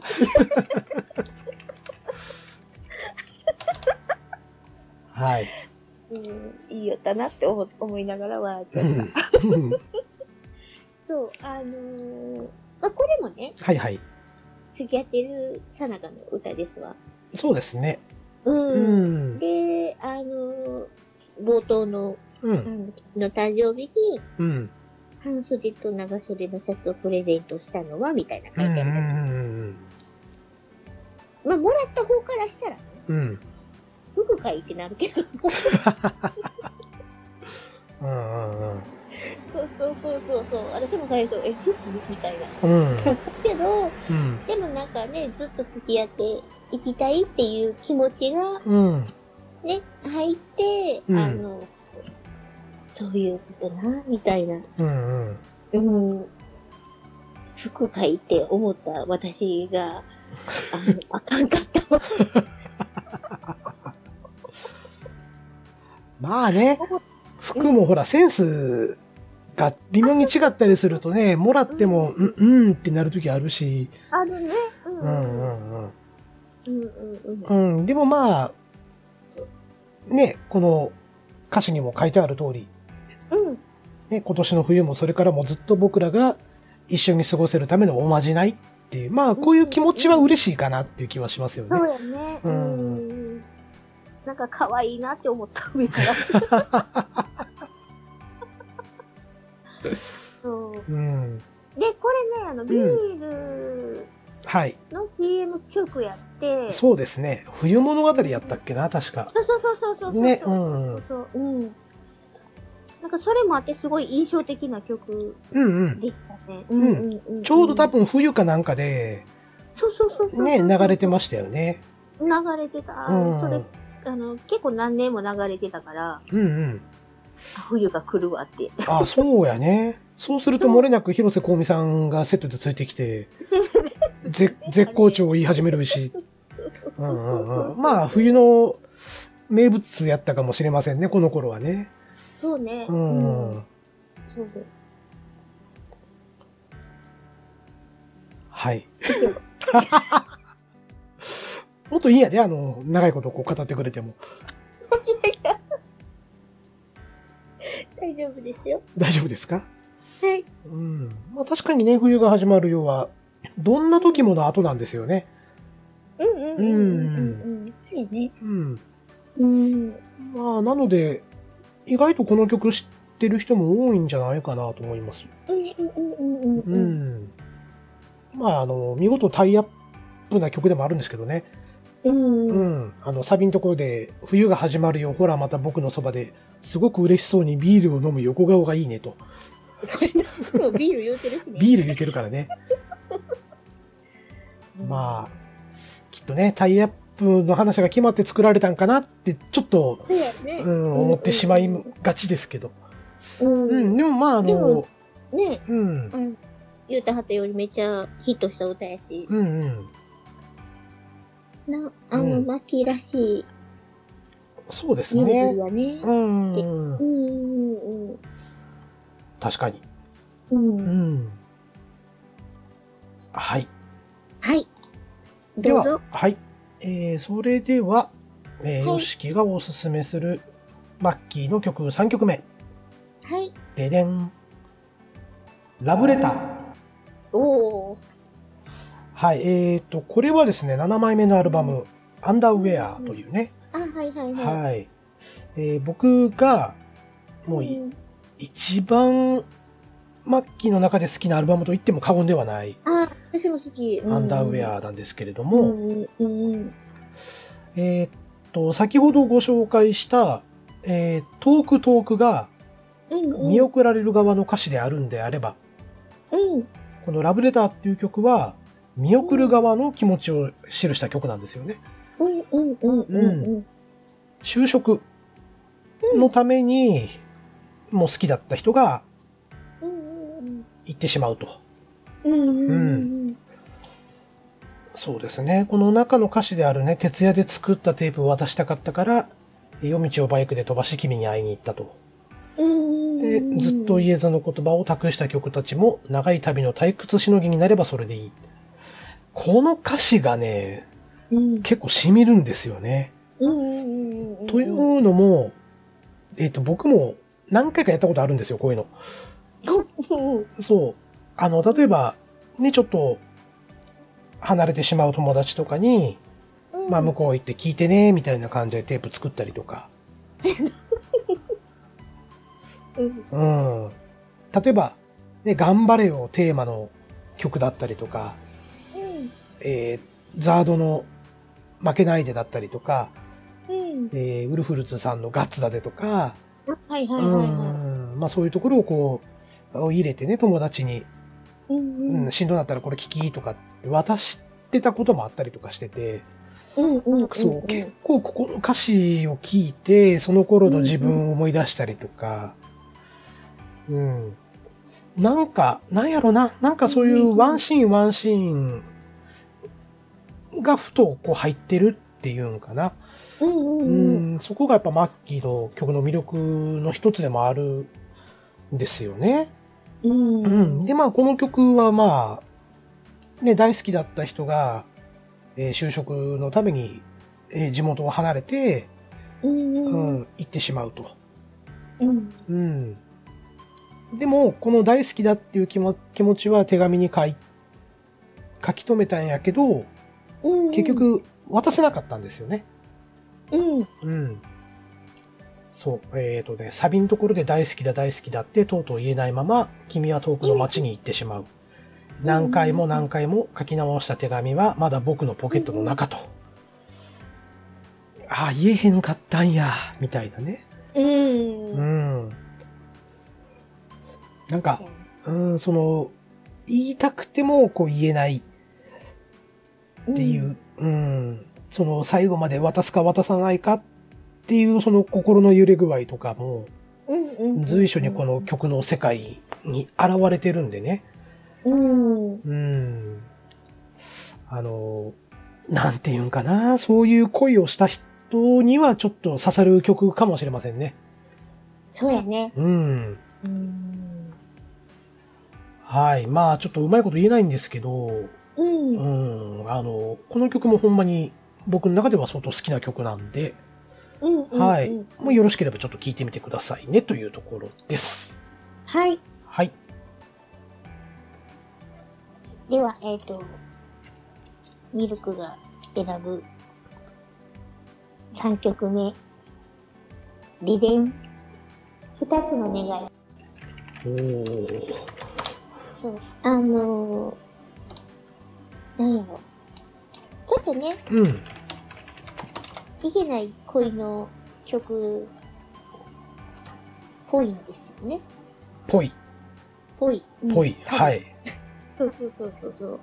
Speaker 2: はい。
Speaker 1: うん、いいよだなって思思いながら笑っちゃった。
Speaker 2: うん
Speaker 1: そう、あのーまあ、これもね、
Speaker 2: はいはい。
Speaker 1: 付き合ってるさなかの歌ですわ。
Speaker 2: そうですね。う
Speaker 1: うん。
Speaker 2: ん。
Speaker 1: で、あのー冒頭の、
Speaker 2: う
Speaker 1: あ
Speaker 2: ん。
Speaker 1: の、の誕生日に、
Speaker 2: うん。
Speaker 1: 半袖と長袖のシャツをプレゼントしたのは、みたいな書
Speaker 2: う
Speaker 1: いてある。
Speaker 2: ん。
Speaker 1: まあ、もらった方からしたらね、
Speaker 2: うん。
Speaker 1: 服かいってなるけど。
Speaker 2: うん。
Speaker 1: そうそうそうそうそう。私も最初、え、服みたいな。
Speaker 2: うん。
Speaker 1: けど、
Speaker 2: うん。
Speaker 1: でもなんかね、ずっと付き合っていきたいっていう気持ちが
Speaker 2: うん。
Speaker 1: ね、入って、
Speaker 2: うん
Speaker 1: あの、そういうことな、みたいな。
Speaker 2: うん。
Speaker 1: うん。服買いって思った私が、あの、あかんかったわ。
Speaker 2: まあね、服もほら、センスが微妙に違ったりするとね、もらっても、うん、うんってなるときあるし、
Speaker 1: あるね。う。
Speaker 2: うんん、う
Speaker 1: うん
Speaker 2: ん、
Speaker 1: うんうん。
Speaker 2: うん。うん。でもまあ、ね、この歌詞にも書いてある通り、
Speaker 1: うん。
Speaker 2: ね、今年の冬もそれからもずっと僕らが一緒に過ごせるためのおまじないっていう、まあこういう気持ちは嬉しいかなっていう気はしますよね。
Speaker 1: そうやね。
Speaker 2: う
Speaker 1: うんん。なんか可愛いなって思った上から。 そう。
Speaker 2: うん。
Speaker 1: で、これね、あの、ビール
Speaker 2: はい。
Speaker 1: の CM 曲やって、そう
Speaker 2: そうですね。冬物語やったっけな、確か。
Speaker 1: そうそうそうそうそう。
Speaker 2: ね、う。
Speaker 1: そうん
Speaker 2: うん
Speaker 1: そう、うん。なんかそれもあってすごい印象的な曲
Speaker 2: うん。
Speaker 1: でしたね。うんうんうん。
Speaker 2: ちょうど多、分冬かなんかで、
Speaker 1: そうそうそうそう。
Speaker 2: ね、流れて
Speaker 1: ま
Speaker 2: ましたよね。
Speaker 1: 流れてた。
Speaker 2: うん。
Speaker 1: そうれ
Speaker 2: ん、
Speaker 1: あの、結構何年も流れてたから、
Speaker 2: うん。
Speaker 1: あ冬が来るわって。
Speaker 2: あ、そうやね。そうすると漏れなく広瀬香美さんがセットでついてき て、ぜ絶好調を言い始めるし、うんうんうんまあ、冬の名物やったかもしれませんね、この頃はね。
Speaker 1: そうね。
Speaker 2: うん。
Speaker 1: うんそうそう
Speaker 2: はい。 もっといいやで、あの、長いことこう語ってくれても。
Speaker 1: 大丈夫ですよ。
Speaker 2: 大丈夫ですか
Speaker 1: はい。
Speaker 2: うん。まあ確かにね、冬が始まるようは、どんな時もの後なんですよね。
Speaker 1: うんうんうんうんうん。そうね。
Speaker 2: うん。
Speaker 1: うん。
Speaker 2: まあなので、意外とこの曲知ってる人も多いんじゃないかなと思います。
Speaker 1: うんうんうんうん
Speaker 2: う
Speaker 1: うん。
Speaker 2: ん。まああの、見事タイアップな曲でもあるんですけどね。
Speaker 1: うん
Speaker 2: う
Speaker 1: うん。
Speaker 2: ん、あのサビのところで「冬が始まるよほらまた僕のそばですごく嬉しそうにビールを飲む横顔がいいね」と
Speaker 1: もうビール言うてるしね。
Speaker 2: ビール言ってるからねまあきっとねタイアップの話が決まって作られたんかなってちょっと、
Speaker 1: あ。そうやね。
Speaker 2: うん、思ってしまいがちですけど、
Speaker 1: うん。
Speaker 2: う
Speaker 1: うん
Speaker 2: ん、でもまああ
Speaker 1: で
Speaker 2: の
Speaker 1: も、ね
Speaker 2: うん、
Speaker 1: あの、ゆうたはてよりめっちゃヒットした歌やし、
Speaker 2: うんうん
Speaker 1: な、あの、
Speaker 2: うん
Speaker 1: マキらしい
Speaker 2: そうです
Speaker 1: メロディー
Speaker 2: ね
Speaker 1: やね
Speaker 2: う。ん
Speaker 1: うんうんうん。
Speaker 2: 確かに
Speaker 1: うん
Speaker 2: う。んはい
Speaker 1: はい。
Speaker 2: で
Speaker 1: どう
Speaker 2: は
Speaker 1: ぞ。、
Speaker 2: はい。えー、それでは、えー、
Speaker 1: はい
Speaker 2: ヨシキがおすすめする、マッキーの曲3曲目。
Speaker 1: はい。
Speaker 2: ででん。ラブレター。
Speaker 1: おお。
Speaker 2: はい。えーと、これはですね、7枚目のアルバム、アンダーウェアというね。
Speaker 1: あ、はいはいはい。
Speaker 2: はい。えー、僕が、もうい、
Speaker 1: ん
Speaker 2: 一番、マッキーの中で好きなアルバムと言っても過言ではない、
Speaker 1: あ、私も好き。うん
Speaker 2: アンダーウェアなんですけれど
Speaker 1: う
Speaker 2: も、
Speaker 1: んうんうん。
Speaker 2: えーっと、先ほどご紹介した、えートークトークが
Speaker 1: うんうん。
Speaker 2: 見送られる側の歌詞であるんであれば、
Speaker 1: うん。
Speaker 2: このラブレターっていう曲は、見送る側の気持ちを記した曲なんですよね。
Speaker 1: うんうんうんうんうん。
Speaker 2: 就職のために、もう好きだった人が
Speaker 1: うん
Speaker 2: 行ってしまうと。
Speaker 1: うんうん。うん。
Speaker 2: そうですね。この中の歌詞であるね、徹夜で作ったテープを渡したかったから、夜道をバイクで飛ばし君に会いに行ったと。
Speaker 1: うん。
Speaker 2: で、ずっと
Speaker 1: い。
Speaker 2: 言えずの言葉を託した曲たちも、長い旅の退屈しのぎになればそれでいい。この歌詞がね、
Speaker 1: うん。
Speaker 2: 結構染みるんですよね。
Speaker 1: うんうんうんうん。
Speaker 2: というのも、えっ、と、僕も何回かやったことあるんですよ、こういうの。
Speaker 1: うん。
Speaker 2: そう。あの、例えば、ね、ちょっと、離れてしまう友達とかに、まあ、向こう行って聞いてね、みたいな感じでテープ作ったりとか。
Speaker 1: うん。
Speaker 2: うん。例えば、ね、頑張れよテーマの曲だったりとか、
Speaker 1: うん。
Speaker 2: えーザードの負けないでだったりとか、
Speaker 1: うん。
Speaker 2: えーウルフルズさんのガッツだぜとか、
Speaker 1: はいは
Speaker 2: う
Speaker 1: いはいは
Speaker 2: んまあそういうところをこう、入れてね、友達に、
Speaker 1: い。うん
Speaker 2: う
Speaker 1: うん
Speaker 2: ん、。しんどなったらこれ聞きとかって渡してたこともあったりとかしてて、
Speaker 1: うんうん。
Speaker 2: そう、結構ここの歌詞を聞いて、その頃の自分を思い出したりとか、うん。なんか、なんやろな、なんかそういうワンシーンワンシーンがふとこう入ってるっていうんかな。
Speaker 1: うんうんうん。
Speaker 2: うん、そこがやっぱマッキーの曲の魅力の一つでもあるんですよね。
Speaker 1: うん
Speaker 2: う。ん、で、まあこの曲はまあ、ね、大好きだった人が、えー就職のために、えー地元を離れて、
Speaker 1: うん
Speaker 2: う
Speaker 1: うん。
Speaker 2: ん、行ってしまうと。
Speaker 1: うん。
Speaker 2: うん。でも、この大好きだっていう気も気持ちは手紙に書い書き留めたんやけど、
Speaker 1: うん。
Speaker 2: 結。局渡せなかったんですよね。
Speaker 1: うん。
Speaker 2: うん。そう、えっ、とね、サビのところで大好きだ大好きだってとうとう言えないまま、君は遠くの街に行ってしまう。何回も何回も書き直した手紙はまだ僕のポケットの中と。ああ、言えへんかったんや、みたいなね。
Speaker 1: うん。
Speaker 2: う
Speaker 1: うん。
Speaker 2: ん。なんか、うん、その、言いたくてもこう言えないっていう、うん、その最後まで渡すか渡さないかっていうその心の揺れ具合とかも
Speaker 1: うんうん。
Speaker 2: 随所にこの曲の世界に現れてるんでね。
Speaker 1: うん。
Speaker 2: うん。あの、なんていうんかな、そういう恋をした人にはちょっと刺さる曲かもしれませんね。
Speaker 1: そうやね。
Speaker 2: うん。
Speaker 1: うん。
Speaker 2: はい。まあ、ちょっとうまいこと言えないんですけど、
Speaker 1: うん。
Speaker 2: うん、あの、この曲もほんまに僕の中では相当好きな曲なんで、
Speaker 1: うんうんうん。
Speaker 2: はい。もうよろしければちょっと聞いてみてくださいねというところです。
Speaker 1: はい。
Speaker 2: はい。
Speaker 1: では、えっ、と、ミルクが選ぶ3曲目。リレン。二つの願い。
Speaker 2: おー
Speaker 1: そう。あのー、なんやろ。ちょっとね、
Speaker 2: うん。
Speaker 1: いけない恋の曲、ぽいんですよね。
Speaker 2: ぽい、
Speaker 1: ぽい。うん
Speaker 2: ぽい。
Speaker 1: 多分
Speaker 2: はい。
Speaker 1: そうそうそうそうそう。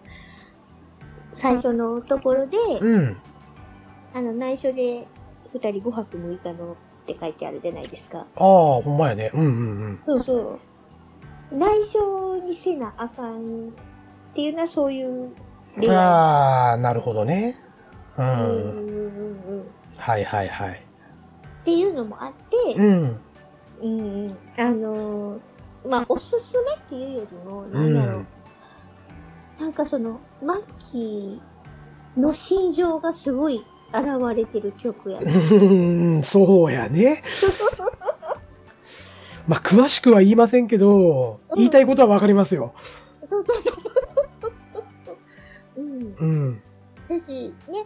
Speaker 1: 最初のところで、
Speaker 2: うん。
Speaker 1: あの、内緒で二人5泊6日のって書いてあるじゃないですか。
Speaker 2: ああ、ほんまやね。うんうんうん。
Speaker 1: そうそう。内緒にせなあかんっていうのはそういう恋愛。
Speaker 2: ああ、なるほどね。う
Speaker 1: うんうん
Speaker 2: ん。
Speaker 1: うんうん。っ
Speaker 2: はいはいはい。
Speaker 1: ていうのもあって、
Speaker 2: うん。
Speaker 1: うんうん。あのーまあ、おすすめっていうよりも、
Speaker 2: う
Speaker 1: なんだろう。
Speaker 2: ん。
Speaker 1: なんかその、マッキーの心情がすごい現れてる曲やな。
Speaker 2: うん、 そうやね。まあ、詳しくは言いませんけど、言いたいことはわかりますよ。
Speaker 1: そうそうそうそうそうそうそう。うん。
Speaker 2: うん。
Speaker 1: だし、ね、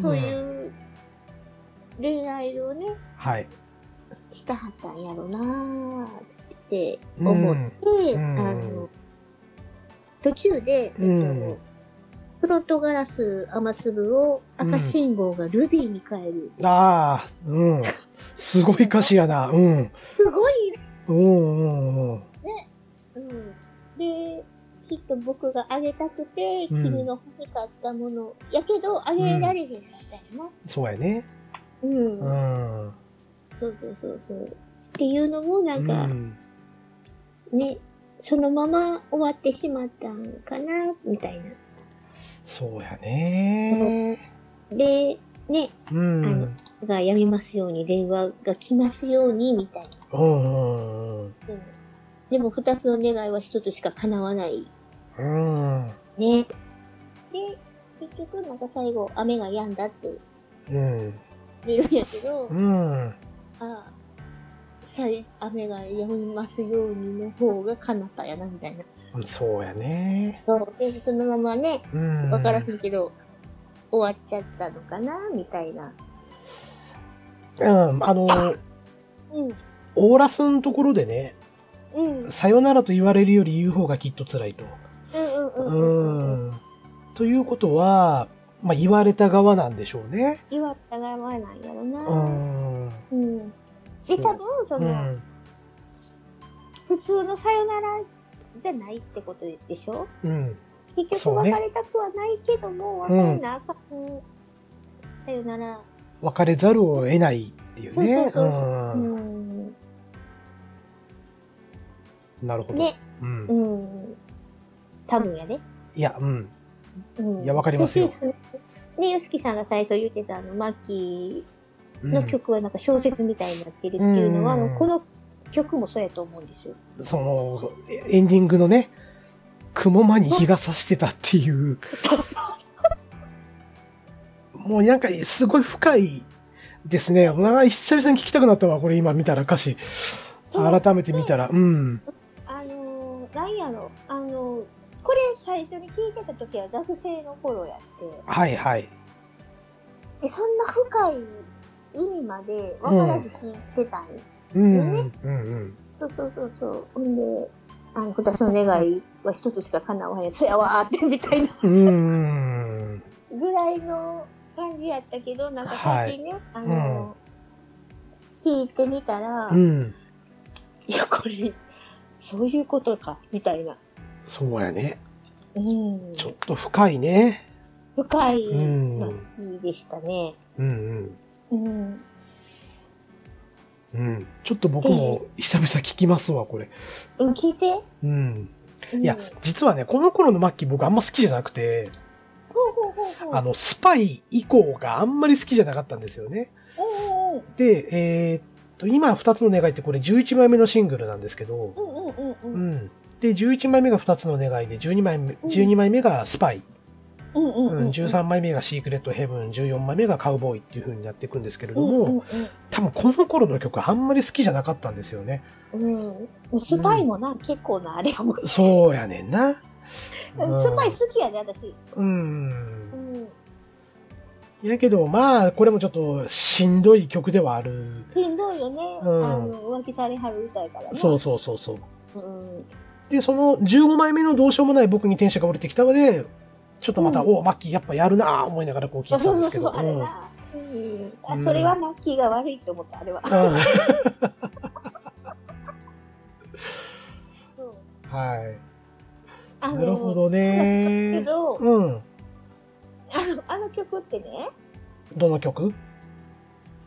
Speaker 1: そういう恋愛をね、
Speaker 2: はい。
Speaker 1: したはったんやろなーって思って、
Speaker 2: うん
Speaker 1: あの、途中で、えっと、
Speaker 2: うん
Speaker 1: プロトガラス雨粒を赤信号がルビーに変える。
Speaker 2: ああ、うん。すごい歌詞やな。うん。
Speaker 1: すごい
Speaker 2: うんうんうん。
Speaker 1: うんで、きっと僕があげたくて、
Speaker 2: うん
Speaker 1: 君が欲しかったもの、やけど、あげられへんかったよな。
Speaker 2: そうやね。
Speaker 1: うん。
Speaker 2: うん。う
Speaker 1: そうそうそうそう。っていうのも、なんか、
Speaker 2: ん。
Speaker 1: ね、そのまま終わってしまったんかな、みたいな。
Speaker 2: そうやね。
Speaker 1: で、ね、
Speaker 2: うん。うん
Speaker 1: がやみますように、電話が来ますように、みたいな。
Speaker 2: うんうん。
Speaker 1: うん、でも、二つの願いは一つしか叶わない。
Speaker 2: うん。
Speaker 1: ね。で、結局、また最後、雨が止んだって
Speaker 2: うん。
Speaker 1: 出るんやけど、
Speaker 2: うん。
Speaker 1: ああ、さい雨が止みますようにの方が彼方やな、みたいな。
Speaker 2: そうやね。
Speaker 1: そう、先生そのままね、
Speaker 2: うん。
Speaker 1: わからへんけど、終わっちゃったのかな、みたいな。
Speaker 2: うん。あの、
Speaker 1: うん、
Speaker 2: オーラスのところでね、
Speaker 1: うん、
Speaker 2: さよならと言われるより言う方がきっと辛いと。
Speaker 1: うん、うん、うん、うん。
Speaker 2: うん。ということは、まあ、言われた側なんでしょうね。
Speaker 1: 言わったがわなんやろ
Speaker 2: う
Speaker 1: な。
Speaker 2: ん。
Speaker 1: うん。で、多分、そうの、
Speaker 2: ん。
Speaker 1: 普通のさよならじゃないってことでしょ
Speaker 2: うん。
Speaker 1: 結
Speaker 2: そ
Speaker 1: 局
Speaker 2: うね
Speaker 1: 別れたくはないけども、別れなあかん。さよなら。
Speaker 2: 別れざるを得ないっていう
Speaker 1: そ
Speaker 2: ね。
Speaker 1: うそうそうそ
Speaker 2: ん
Speaker 1: うん。
Speaker 2: なるほど。
Speaker 1: ね、
Speaker 2: うん
Speaker 1: う。ん。多分やね。
Speaker 2: いや、うん。
Speaker 1: うん
Speaker 2: いやわか りますよ
Speaker 1: そしてそのね、ヨシキさんが最初言ってたあの、マッキ
Speaker 2: う
Speaker 1: ー
Speaker 2: ん
Speaker 1: の曲はなんか小説みたいになってるっていうのは、
Speaker 2: うん
Speaker 1: あのこの曲もそうやと思うんですよ。
Speaker 2: その、エンディングのね、雲間に日が差してたっていう、もうなんかすごい深いですね。うわ久々に聞きたくなったわ、これ今見たら歌詞。
Speaker 1: そう
Speaker 2: 改めて見たら、うん。
Speaker 1: あのー、なんやろ、あのー、これ最初に聞いてた時は学生の頃やって、
Speaker 2: はいはい。
Speaker 1: えそんな深い意味まで分からず聞いてたん、
Speaker 2: うん。う
Speaker 1: ね
Speaker 2: んうん。
Speaker 1: そうそうそうそう。ほんで、あの、二つの願いは一つしか叶わへん、そやわーってみたいな。
Speaker 2: うん。
Speaker 1: ぐらいの感じやったけど、なんか最近ね、あの、聞いてみたら、
Speaker 2: うん。
Speaker 1: いや、これ、そういうことか、みたいな。
Speaker 2: そうやね。
Speaker 1: うん。
Speaker 2: ちょっと深いね。
Speaker 1: 深い
Speaker 2: うん
Speaker 1: 楽器でしたね。
Speaker 2: うん
Speaker 1: うん。
Speaker 2: うん。うん。ちょっと僕も久々聞きますわ、これ。
Speaker 1: うん、聞いて。
Speaker 2: うん。
Speaker 1: うん
Speaker 2: いや、実はね、この頃のマッキー僕あんま好きじゃなくて、
Speaker 1: ほうほうほうほう。
Speaker 2: あの、スパイ以降があんまり好きじゃなかったんですよね。
Speaker 1: うんうん
Speaker 2: で、えーっと、今2つの願いってこれ11枚目のシングルなんですけど、
Speaker 1: うん。うんうんうん
Speaker 2: う
Speaker 1: うん。
Speaker 2: ん。で、11枚目が2つの願いで、12枚目、
Speaker 1: うん
Speaker 2: 12枚目がスパイ。
Speaker 1: うんうんうん
Speaker 2: う、
Speaker 1: うんん。
Speaker 2: 13枚目がシークレットヘブン、14枚目がカウボーイっていう風になっていくんですけれど
Speaker 1: うんう
Speaker 2: も、
Speaker 1: んうん
Speaker 2: 多分この頃の曲あんまり好きじゃなかったんですよね。
Speaker 1: うん、スパイもな、結構なあれやもん。ス
Speaker 2: そうやねんな。
Speaker 1: パイ好きやで、私。
Speaker 2: うん
Speaker 1: う。ん。
Speaker 2: やけど、まあ、これもちょっとしんどい曲ではある。
Speaker 1: しんどいよね。
Speaker 2: うん
Speaker 1: あの、浮気されはる歌やからね。
Speaker 2: そうそうそうそう。
Speaker 1: うん。うん。
Speaker 2: で、その15枚目のどうしようもない僕に天使が降りてきたので、ちょっとまた、
Speaker 1: うん
Speaker 2: おマッキーやっぱやるなぁ思いながらこう
Speaker 1: そ
Speaker 2: 聞いうてたん
Speaker 1: そ
Speaker 2: で
Speaker 1: う
Speaker 2: すけ
Speaker 1: そ
Speaker 2: ど。
Speaker 1: う、あれ
Speaker 2: うん
Speaker 1: な。うん。
Speaker 2: う
Speaker 1: あ、
Speaker 2: ん
Speaker 1: それはマッキーが悪いと思った、あれは。うん
Speaker 2: うんはい。
Speaker 1: あの
Speaker 2: なるほ
Speaker 1: 話だ
Speaker 2: ど
Speaker 1: け
Speaker 2: ね。
Speaker 1: ど、
Speaker 2: うん。
Speaker 1: あの、あの曲ってね、
Speaker 2: どの曲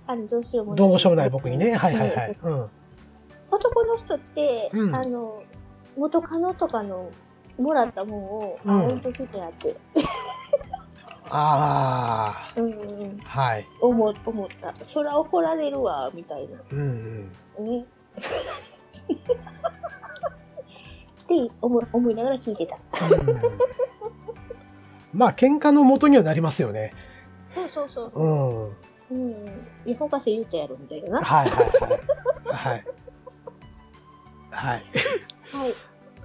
Speaker 1: あの、どうしようもない。
Speaker 2: どうしようもない僕にね。はいはいはい
Speaker 1: うん。
Speaker 2: うん。
Speaker 1: 男の人って、
Speaker 2: うん
Speaker 1: あの、元カノとかの、もらったもんを、
Speaker 2: うん
Speaker 1: あ、置いとくとやって、
Speaker 2: あ
Speaker 1: うんうん、
Speaker 2: あ、はい。
Speaker 1: 思思った。そら怒られるわ、みたいな。
Speaker 2: うんうん。
Speaker 1: ね。って思い思いながら聞いてた。
Speaker 2: まあ、喧嘩の元にはなりますよね。
Speaker 1: そうそうそうう。
Speaker 2: ん。はい
Speaker 1: うん。いや、博士言うてやるみたいな。は
Speaker 2: はいはい。はい。はい。
Speaker 1: い。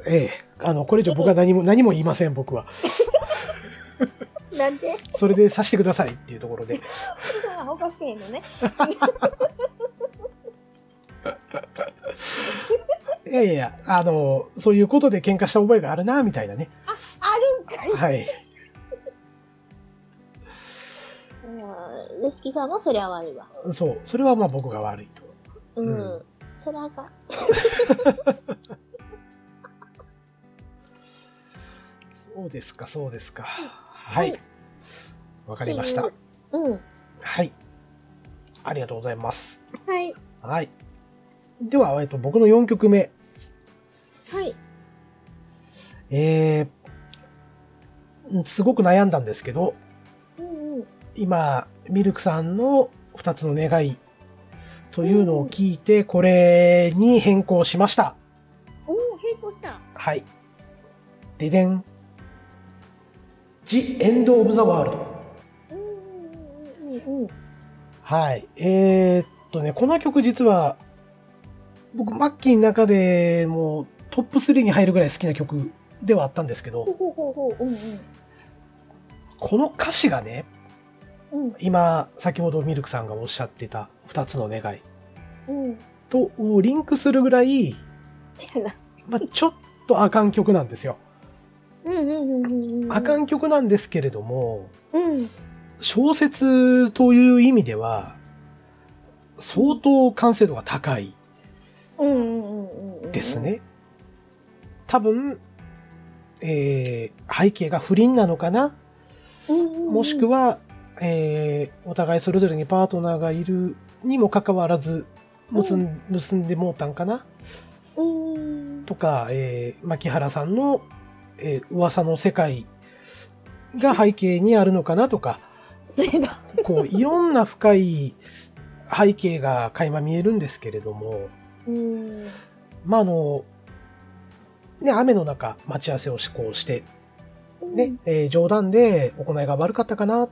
Speaker 2: ええ。あの、これ以上僕は何も、何も言いません、僕は。
Speaker 1: なんで
Speaker 2: それでさしてくださいっていうところで。
Speaker 1: ほかしてへんのね。
Speaker 2: いやいやいや、あの、そういうことで喧嘩した覚えがあるな、みたいなね。
Speaker 1: あるんかい。
Speaker 2: はい。
Speaker 1: うん。よしきさんもそりゃ悪いわ。
Speaker 2: そう。それはまあ僕が悪いと。
Speaker 1: うん。
Speaker 2: うん
Speaker 1: そりゃあかん。
Speaker 2: そうですか、そうですか。はい。わかりました
Speaker 1: っ。ていう。うん。
Speaker 2: はい。ありがとうございます。
Speaker 1: はい。
Speaker 2: はい。では、えっと、僕の4曲目。
Speaker 1: はい。
Speaker 2: えーん、すごく悩んだんですけど、
Speaker 1: うんうん。
Speaker 2: 今、ミルクさんの2つの願いというのを聞いて、これに変更しました。
Speaker 1: おお、並行した。
Speaker 2: はい。ででん。The End of the World。
Speaker 1: うんうんうんうんうん。
Speaker 2: はい。えーっとね、この曲実は、僕、マッキーの中でもうトップ3に入るぐらい好きな曲ではあったんですけ
Speaker 1: ほう
Speaker 2: ど、
Speaker 1: ほうほうほう。うんうん。
Speaker 2: この歌詞がね、
Speaker 1: うん
Speaker 2: 今、先ほどミルクさんがおっしゃってた2つの願い
Speaker 1: うん。
Speaker 2: とをリンクするぐらい、
Speaker 1: せやな。
Speaker 2: まあ、ちょっとあかん曲なんですよ。
Speaker 1: うんうんうんうんうん。
Speaker 2: あか
Speaker 1: ん。
Speaker 2: ん曲なんですけれども、
Speaker 1: うん。
Speaker 2: 小説という意味では、相当完成度が高い
Speaker 1: うんうんうんうんうん。
Speaker 2: です。ね。多分、えー背景が不倫なのかなもしく
Speaker 1: は、
Speaker 2: は、えーお互いそれぞれにパートナーがいるにもかかわらず、結ん,、結んでもうたんかな
Speaker 1: うん。
Speaker 2: とか、えー牧原さんの、えー噂の世界が背景にあるのかなとか、
Speaker 1: そうやな。
Speaker 2: こう、いろんな深い背景が垣間見えるんですけれども、
Speaker 1: うん。
Speaker 2: まあ、あの、ね、雨の中、待ち合わせをこうして、ね、えー冗談で行いが悪かったかなっ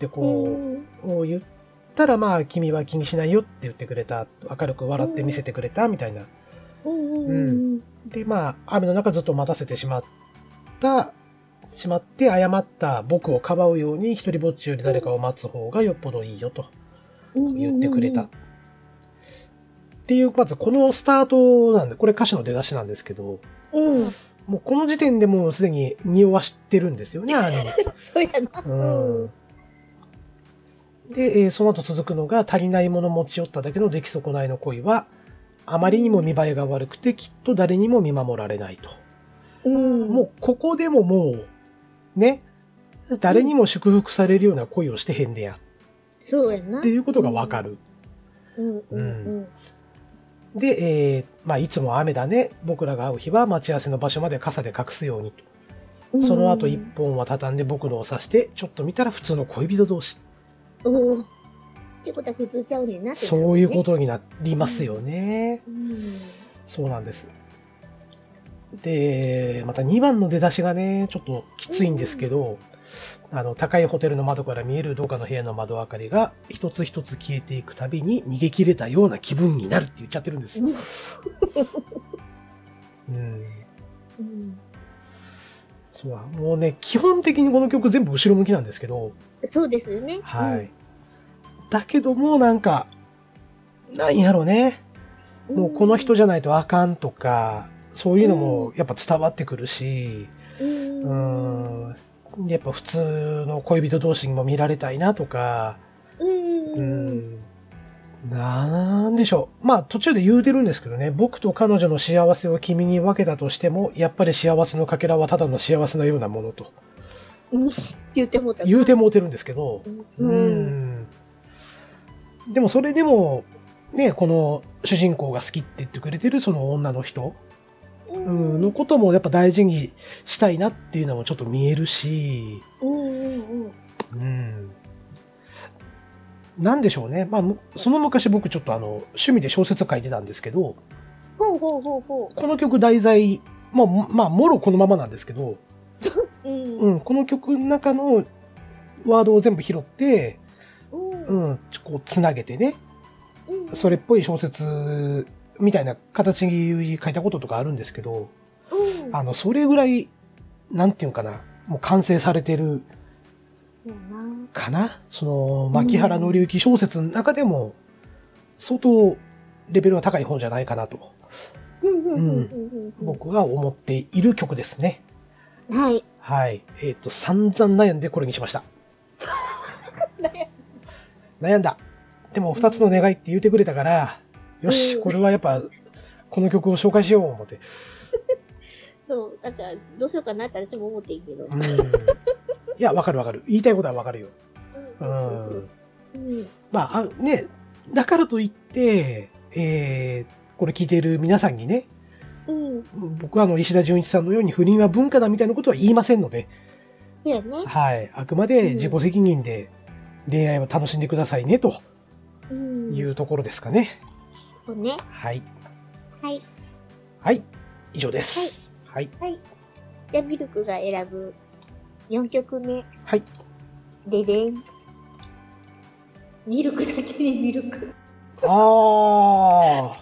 Speaker 2: て
Speaker 1: う
Speaker 2: こ
Speaker 1: ん。
Speaker 2: う、を言ったら、まあ、君は気にしないよって言ってくれた、明るく笑って見せてくれたみたいな。
Speaker 1: うんうんうんうん。
Speaker 2: で、まあ、雨の中ずっと待たせてしまった、しまって謝った僕をかばうように一人ぼっちより誰かを待つ方がよっぽどいいよと言ってくれた。っていう、まずこのスタートなんで、これ歌詞の出だしなんですけど、
Speaker 1: うん。
Speaker 2: もうこの時点でもうすでに匂わしてるんです よね、あの。
Speaker 1: そうやな。
Speaker 2: うんで、えーその後続くのが、足りないもの持ち寄っただけの出来損ないの恋は、あまりにも見栄えが悪くて、きっと誰にも見守られないと。
Speaker 1: うん。
Speaker 2: もう、ここでももう、ね、誰にも祝福されるような恋をしてへんねや、
Speaker 1: そうやな。
Speaker 2: っていうことがわかる。
Speaker 1: うんうんうん。
Speaker 2: で、えーまあ、いつも雨だね。僕らが会う日は待ち合わせの場所まで傘で隠すようにと。
Speaker 1: うん
Speaker 2: その後一本は畳んで僕のを刺して、ちょっと見たら普通の恋人同士。
Speaker 1: おお。ってことは普通ちゃうねんなってなるね
Speaker 2: そういうことになりますよね。
Speaker 1: うん。
Speaker 2: そうなんです。で、また2番の出だしがね、ちょっときついんですけど、あの、高いホテルの窓から見えるどうかの部屋の窓明かりが、一つ一つ消えていくたびに逃げ切れたような気分になるって言っちゃってるんです。うん。
Speaker 1: うん
Speaker 2: そうだもうね、基本的にこの曲全部後ろ向きなんですけど、
Speaker 1: そうですよね。
Speaker 2: はい。だけども、なんか、なんやろうね。
Speaker 1: うん。
Speaker 2: もうこの人じゃないとあかんとか、そういうのもやっぱ伝わってくるし、
Speaker 1: う。
Speaker 2: うん
Speaker 1: うん。
Speaker 2: ーん、やっぱ普通の恋人同士にも見られたいなとか、うー
Speaker 1: うん。
Speaker 2: ん、なんでしょう。まあ途中で言うてるんですけどね、僕と彼女の幸せを君に分けたとしても、やっぱり幸せのかけらはただの幸せのようなものと
Speaker 1: 言うてもうたな。
Speaker 2: 言うてもうてるんですけど、
Speaker 1: う。
Speaker 2: うんんでもそれでも、ね、この主人公が好きって言ってくれてるその女の人、
Speaker 1: う。
Speaker 2: うんん、のこともやっぱ大事にしたいなっていうのもちょっと見えるし、
Speaker 1: うんうんうん。
Speaker 2: うん。なんでしょうね。まあ、むその昔僕ちょっとあの、趣味で小説書いてたんですけど、
Speaker 1: ほうほうほうほ
Speaker 2: この曲題材、まあ、もまあ、もろこのままなんですけど、
Speaker 1: う。うん。
Speaker 2: うん、この曲の中のワードを全部拾って、
Speaker 1: うんう
Speaker 2: うんん、ちょこう、つなげてね、
Speaker 1: うん
Speaker 2: それっぽい小説みたいな形に書いたこととかあるんですけど、
Speaker 1: うん
Speaker 2: あの、それぐらい、なんていうかな、もう完成されてる
Speaker 1: そうやな
Speaker 2: かなその、牧原紀之小説の中でも、相当レベルは高い方じゃないかなと、
Speaker 1: うんうんうんうんうん
Speaker 2: 僕は思っている曲ですね。
Speaker 1: はい。
Speaker 2: はい。えっ、と、散々悩んでこれにしま した。悩んだ。でも、二つの願いって言ってくれたから、よし、これはやっぱ、この曲を紹介しよう思って。
Speaker 1: そう、だから、どうしようかなって私も思っていいけど。
Speaker 2: うん。いや、わかるわかる。言いたいことはわかるよ。
Speaker 1: う
Speaker 2: う
Speaker 1: ん
Speaker 2: ん。
Speaker 1: うん。
Speaker 2: まあ、あね、だからといって、えー、これ聞いている皆さんにね、
Speaker 1: うん。
Speaker 2: 僕はあの、石田純一さんのように不倫は文化だみたいなことは言いませんので、
Speaker 1: そうやね。
Speaker 2: はい。あくまで自己責任で恋愛を楽しんでくださいね、と
Speaker 1: うん。
Speaker 2: いうところですかね。
Speaker 1: そうね。
Speaker 2: はい。
Speaker 1: はい。
Speaker 2: はい。以上です。はい。
Speaker 1: じゃあ、ミルクが選ぶ4曲目。
Speaker 2: はい。
Speaker 1: ででん。ミルクだけにミルク。
Speaker 2: あ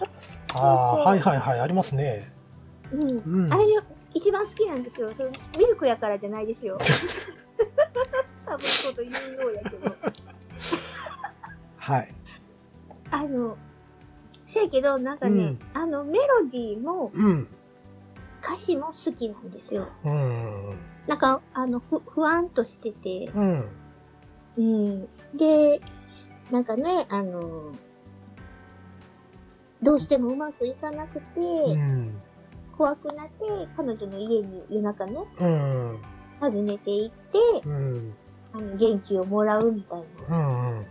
Speaker 2: あ。あ
Speaker 1: そう
Speaker 2: あー、はいはいはい、ありますね。
Speaker 1: うん。
Speaker 2: うん。
Speaker 1: あれよ、一番好きなんですよ。それミルクやからじゃないです よ。多分こと言うようやけど。
Speaker 2: はい。
Speaker 1: あの、せやけど、なんかね、
Speaker 2: うん
Speaker 1: あの、メロディーも
Speaker 2: うん。
Speaker 1: 歌詞も好きなんですよ。
Speaker 2: うん。
Speaker 1: なんか、あの、ふ、不安としてて。
Speaker 2: うん。
Speaker 1: うん。で、なんかね、あの、どうしてもうまくいかなくて、
Speaker 2: うん。
Speaker 1: 怖くなって、彼女の家に夜中ね、
Speaker 2: うん。
Speaker 1: 訪ねて行って、
Speaker 2: うん。
Speaker 1: あの、元気をもらうみたいな。
Speaker 2: うん。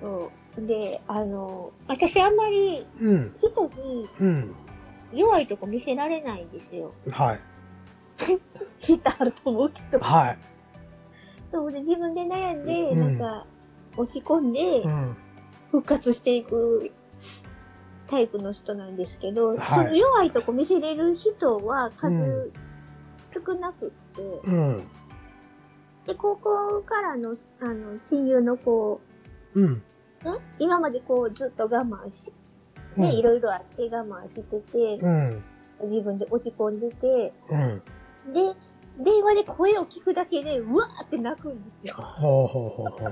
Speaker 1: そう。で、あの、私あんまり
Speaker 2: うん。
Speaker 1: 人に
Speaker 2: うん。
Speaker 1: 弱いとこ見せられないんですよ。
Speaker 2: はい。
Speaker 1: 聞いたあると思うけど。
Speaker 2: はい。
Speaker 1: そうで、自分で悩んで、
Speaker 2: うん
Speaker 1: なんか、落ち込んで
Speaker 2: う、ん。
Speaker 1: 復活していくタイプの人なんですけど、
Speaker 2: は
Speaker 1: そ
Speaker 2: い
Speaker 1: の弱いとこ見せれる人は数少なくって、
Speaker 2: うん。
Speaker 1: で、高校からの、あの、親友の子、
Speaker 2: うん。
Speaker 1: ん今までこうずっと我慢し、
Speaker 2: う
Speaker 1: ね、い
Speaker 2: ん。
Speaker 1: ろいろあって我慢してて、
Speaker 2: うん。
Speaker 1: 自分で落ち込んでて、
Speaker 2: うん。
Speaker 1: で、電話で声を聞くだけで、うわーって泣くんですよ。
Speaker 2: ほうほうほうほ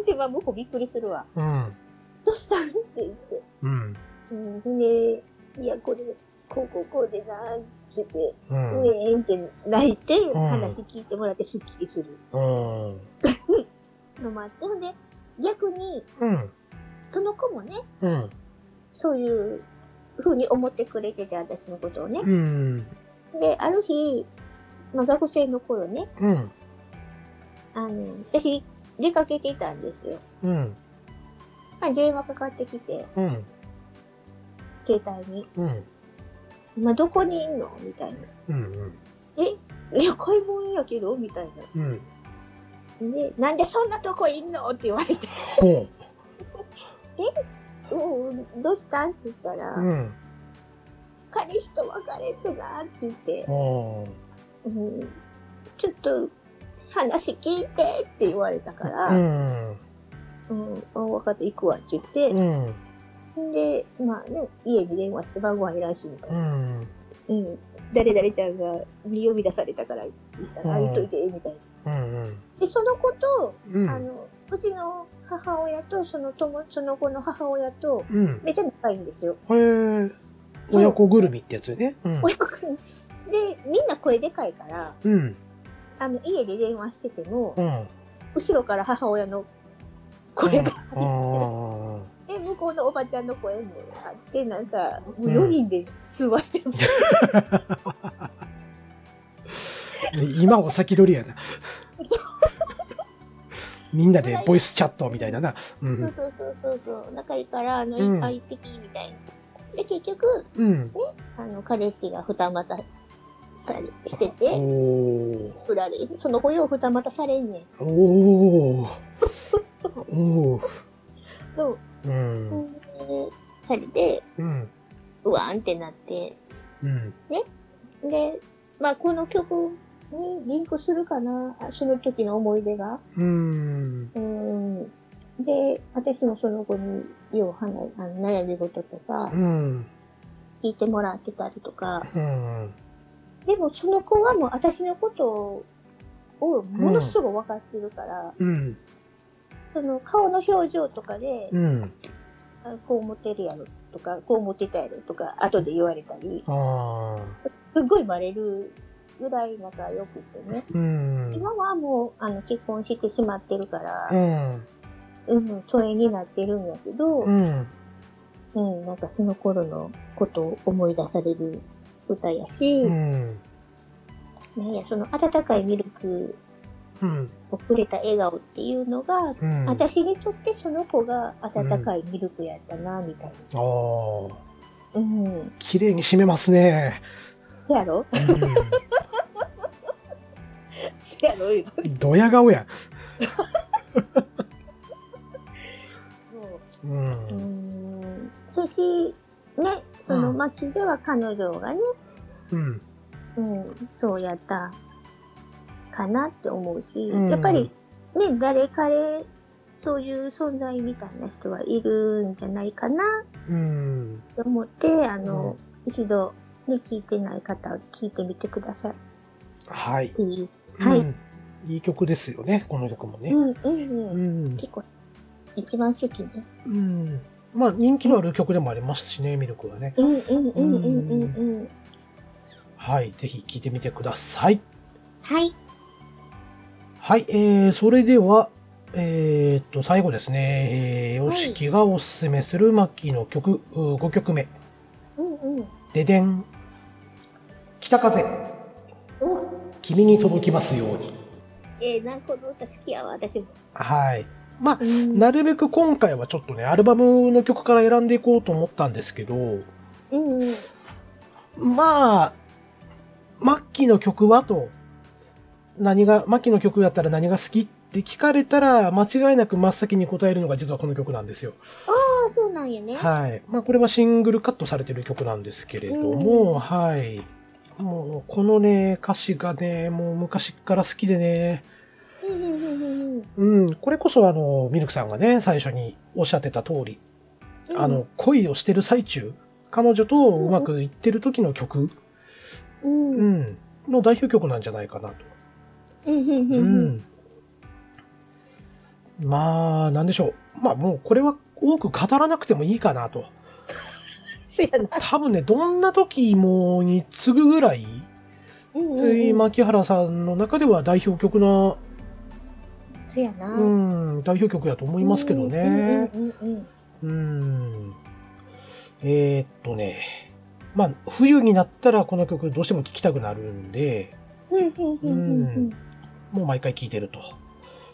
Speaker 2: う。
Speaker 1: で、まあ、向こうびっくりするわ。
Speaker 2: うん。
Speaker 1: どうしたんって言って。
Speaker 2: うん。
Speaker 1: うん、で、いや、これ、こうこうこうでなーって言って、
Speaker 2: うん。
Speaker 1: うえーんって泣いて、
Speaker 2: ん
Speaker 1: 話聞いてもらってスッキリする
Speaker 2: うん。
Speaker 1: のもあって、ほんで、逆に、
Speaker 2: うん。
Speaker 1: その子もね、
Speaker 2: うん。
Speaker 1: そういう風に思ってくれてて、私のことをね。
Speaker 2: うん。
Speaker 1: で、ある日、まあ、学生の頃ね、
Speaker 2: うん。
Speaker 1: あの、私、出かけていたんですよ。
Speaker 2: うん。
Speaker 1: まあ、電話かかってきて、
Speaker 2: うん。
Speaker 1: 携帯に。
Speaker 2: うん。
Speaker 1: 今どこにいんのみたいな。
Speaker 2: うん。
Speaker 1: えいや、買い物やけどみたい
Speaker 2: うん。
Speaker 1: な。で、なんでそんなとこいんのって言われて、
Speaker 2: ほ
Speaker 1: うん、どうしたんって言ったら、
Speaker 2: う。うん。
Speaker 1: 彼氏と別れてなって言って、
Speaker 2: ほ
Speaker 1: うん、ちょっと、話聞いてって言われたか
Speaker 2: う
Speaker 1: ら、
Speaker 2: ん。
Speaker 1: うん、あ分かった、行くわって言って、
Speaker 2: うん。
Speaker 1: で、まあね、家に電話して晩ご飯いらんし、みたいうな。
Speaker 2: ん。
Speaker 1: うん。誰々ちゃんがに呼び出されたから行ったら、
Speaker 2: うん
Speaker 1: 行っといて、みたいな。
Speaker 2: うん。
Speaker 1: で、その子と、
Speaker 2: うん。
Speaker 1: あの、うちの母親と、その友、その子の母親と、
Speaker 2: うん。
Speaker 1: めっちゃ仲いいんですよ。
Speaker 2: へえ。
Speaker 1: そう
Speaker 2: 親子ぐるみってやつよね。うん。
Speaker 1: 親子にで、みんな声でかいから、
Speaker 2: うん。
Speaker 1: あの、家で電話してても、
Speaker 2: うん。
Speaker 1: 後ろから母親の声が
Speaker 2: うんうんうん
Speaker 1: で向こうのおばちゃんの声もあってなんかも
Speaker 2: う
Speaker 1: うん4人で通話してる、
Speaker 2: 今お先取りやな。みんなでボイスチャットみたいなな。うん。
Speaker 1: そうそうそうそうそう仲いいからあの、
Speaker 2: うん
Speaker 1: あ行ってきみたいなで結局
Speaker 2: うん。
Speaker 1: あの彼氏が二股されして
Speaker 2: お
Speaker 1: て
Speaker 2: お
Speaker 1: 振られその子よう二股されんねん
Speaker 2: ー。おーおー。
Speaker 1: そう、
Speaker 2: うん。うん。
Speaker 1: でされて
Speaker 2: うん。
Speaker 1: うわーんってなって
Speaker 2: うん。
Speaker 1: でまあこの曲にリンクするかなあその時の思い出が
Speaker 2: うん。
Speaker 1: うんで、私もその後に、よう話あの悩み事とか
Speaker 2: う、ん。
Speaker 1: 聞いてもらってたりとか、
Speaker 2: うん。
Speaker 1: でもその子はもう私のことをものすごい分かってるから、
Speaker 2: うん。
Speaker 1: その顔の表情とかで、
Speaker 2: うん。
Speaker 1: あこう思ってるやろとか、こう思ってたやろとか、後で言われたり、
Speaker 2: ああ。
Speaker 1: すっごいバレるぐらい仲良くてね。
Speaker 2: うん。
Speaker 1: 今はもう、あの、結婚してしまってるから
Speaker 2: う、ん。
Speaker 1: うん、疎遠になってるんやけど、
Speaker 2: うん。
Speaker 1: うん、なんかその頃のことを思い出される歌やし、
Speaker 2: うん。
Speaker 1: なんや、その温かいミルク
Speaker 2: うん。
Speaker 1: をくれた笑顔っていうのが、
Speaker 2: うん。
Speaker 1: 私にとってその子が温かいミルクやったな、みたい
Speaker 2: ああ。
Speaker 1: な。うん。
Speaker 2: 綺麗に締めますね。
Speaker 1: やろやろ言うて
Speaker 2: うん。ドヤ顔や。。
Speaker 1: そうう。うんん。そし、ね、その巻では彼女がね、
Speaker 2: うん。
Speaker 1: うん、そうやったかなって思うし、
Speaker 2: うん
Speaker 1: やっぱりね、誰彼、そういう存在みたいな人はいるんじゃないかな
Speaker 2: うん。
Speaker 1: と思って、あの、一度、ね、聞いてない方は聞いてみてくださいっ
Speaker 2: はい。
Speaker 1: ていう。はい
Speaker 2: うん。いい曲ですよね、この曲もね。
Speaker 1: うんうん
Speaker 2: う
Speaker 1: うん。
Speaker 2: ん。
Speaker 1: 結構、一番好きね。
Speaker 2: うん。まあ、人気のある曲でもありますしね、ミルクはね。
Speaker 1: うんうんうんうんうんうん。
Speaker 2: はい。ぜひ聴いてみてください。
Speaker 1: はい。
Speaker 2: はい。えー、それでは、えーっと、最後ですね。えー、
Speaker 1: は
Speaker 2: よ
Speaker 1: い
Speaker 2: しきがおすすめするマッキーの曲、うー5曲目。
Speaker 1: うんうん。
Speaker 2: ででん。北風、
Speaker 1: お
Speaker 2: 君に届きますように。
Speaker 1: えー、なんかこの歌好きやわ、私も。
Speaker 2: はい。まあ、
Speaker 1: うん
Speaker 2: なるべく今回はちょっとね、アルバムの曲から選んでいこうと思ったんですけど、
Speaker 1: うんうん。
Speaker 2: まあ、マッキーの曲はと、何が、マッキーの曲やったら何が好きって聞かれたら、間違いなく真っ先に答えるのが実はこの曲なんですよ。
Speaker 1: ああ、そうなんやね。
Speaker 2: はい。まあ、これはシングルカットされてる曲なんですけれども、はい。もう、このね、歌詞がね、もう昔っから好きでね、
Speaker 1: うんうんうんうんうん。
Speaker 2: うん、これこそあの、ミルクさんがね、最初におっしゃってた通り、
Speaker 1: うん
Speaker 2: あの、、恋をしてる最中、彼女とうまくいってる時の曲、
Speaker 1: うん。
Speaker 2: う
Speaker 1: うん
Speaker 2: ん、の代表曲なんじゃないかなと。
Speaker 1: うんうん
Speaker 2: う
Speaker 1: うん。
Speaker 2: ん。まあ、なんでしょう。まあもうこれは多く語らなくてもいいかなと。
Speaker 1: そやな。
Speaker 2: 多分ね、どんな時もに次ぐぐらい、
Speaker 1: うんうんうん
Speaker 2: 牧原さんの中では代表曲な、
Speaker 1: そやな。
Speaker 2: うん、代表曲だと思いますけどね。
Speaker 1: うんうんうんうん
Speaker 2: うん。えーっとね、まあ、冬になったらこの曲どうしても聴きたくなるんで、
Speaker 1: うんうんうんうんう
Speaker 2: うんん。もう毎回聴いてると。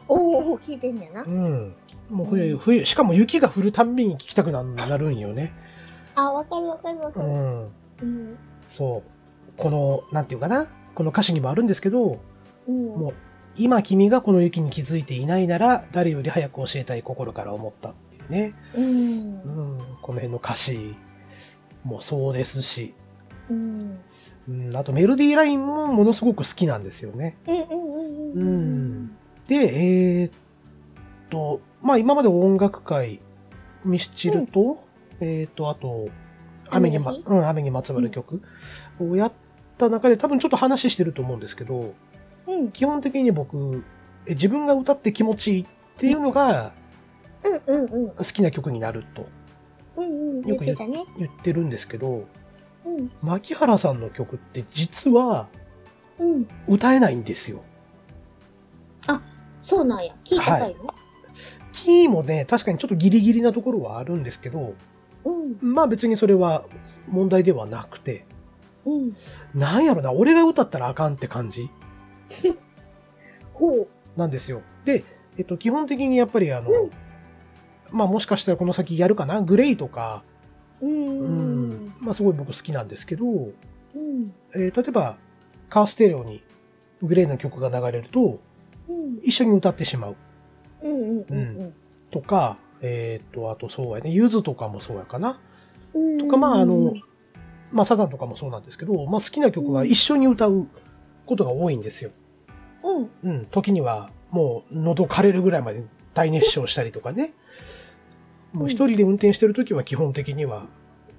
Speaker 1: おお、聞いてんねやな
Speaker 2: う。ん。もう冬、
Speaker 1: うん
Speaker 2: 冬、しかも雪が降るたんびに聴きたくななるんよね。
Speaker 1: あ、わかるわかるわか
Speaker 2: う
Speaker 1: る。
Speaker 2: ん。
Speaker 1: うん。
Speaker 2: そう。この、なんていうかな。この歌詞にもあるんですけど、
Speaker 1: うん。
Speaker 2: もう、今君がこの雪に気づいていないなら、誰より早く教えたい心から思ったっていうね。
Speaker 1: うん。
Speaker 2: うん。この辺の歌詞もそうですし、
Speaker 1: うん。
Speaker 2: うん、あとメロディーラインもものすごく好きなんですよね。
Speaker 1: うんうんうん
Speaker 2: う
Speaker 1: うん
Speaker 2: ん。で、えーっと、まあ今まで音楽界、ミスチルと、えーっと、あと、雨に,、ま
Speaker 1: 雨の日
Speaker 2: うん、雨にまつわる曲をやった中で多分ちょっと話してると思うんですけど、
Speaker 1: うん。うん
Speaker 2: 基本的に僕、え自分が歌って気持ちいいっていうのが
Speaker 1: うんうん
Speaker 2: 好きな曲になると
Speaker 1: うんうん。言ってたね。
Speaker 2: 言ってるんですけど、
Speaker 1: うん
Speaker 2: 牧原さんの曲って実は
Speaker 1: うん。
Speaker 2: 歌えないんですよ。
Speaker 1: そうなんや。聞いたかいの
Speaker 2: キーもね、確かにちょっとギリギリなところはあるんですけど、
Speaker 1: うん
Speaker 2: まあ別にそれは問題ではなくて、
Speaker 1: うん。
Speaker 2: なんやろな、俺が歌ったらあかんって感じ
Speaker 1: ほう。
Speaker 2: なんですよ。で、えっと、基本的にやっぱりあの、
Speaker 1: う
Speaker 2: まあもしかしたらこの先やるかな、グレイとか、
Speaker 1: う
Speaker 2: うんん。、まあすごい僕好きなんですけど、
Speaker 1: うん。
Speaker 2: えー例えば、カーステレオにグレイの曲が流れると、
Speaker 1: うん。
Speaker 2: 一緒に歌ってしまう
Speaker 1: うんうんうん
Speaker 2: とか、えーっと、あとそうやね、ゆずとかもそうやかな。
Speaker 1: うん。
Speaker 2: とか、まあ、あの、まあ、サザンとかもそうなんですけど、まあ、好きな曲は一緒に歌うことが多いんですよ。
Speaker 1: うん。
Speaker 2: うん。時には、もう、喉枯れるぐらいまで大熱唱したりとかね。もう一人で運転してる時は基本的には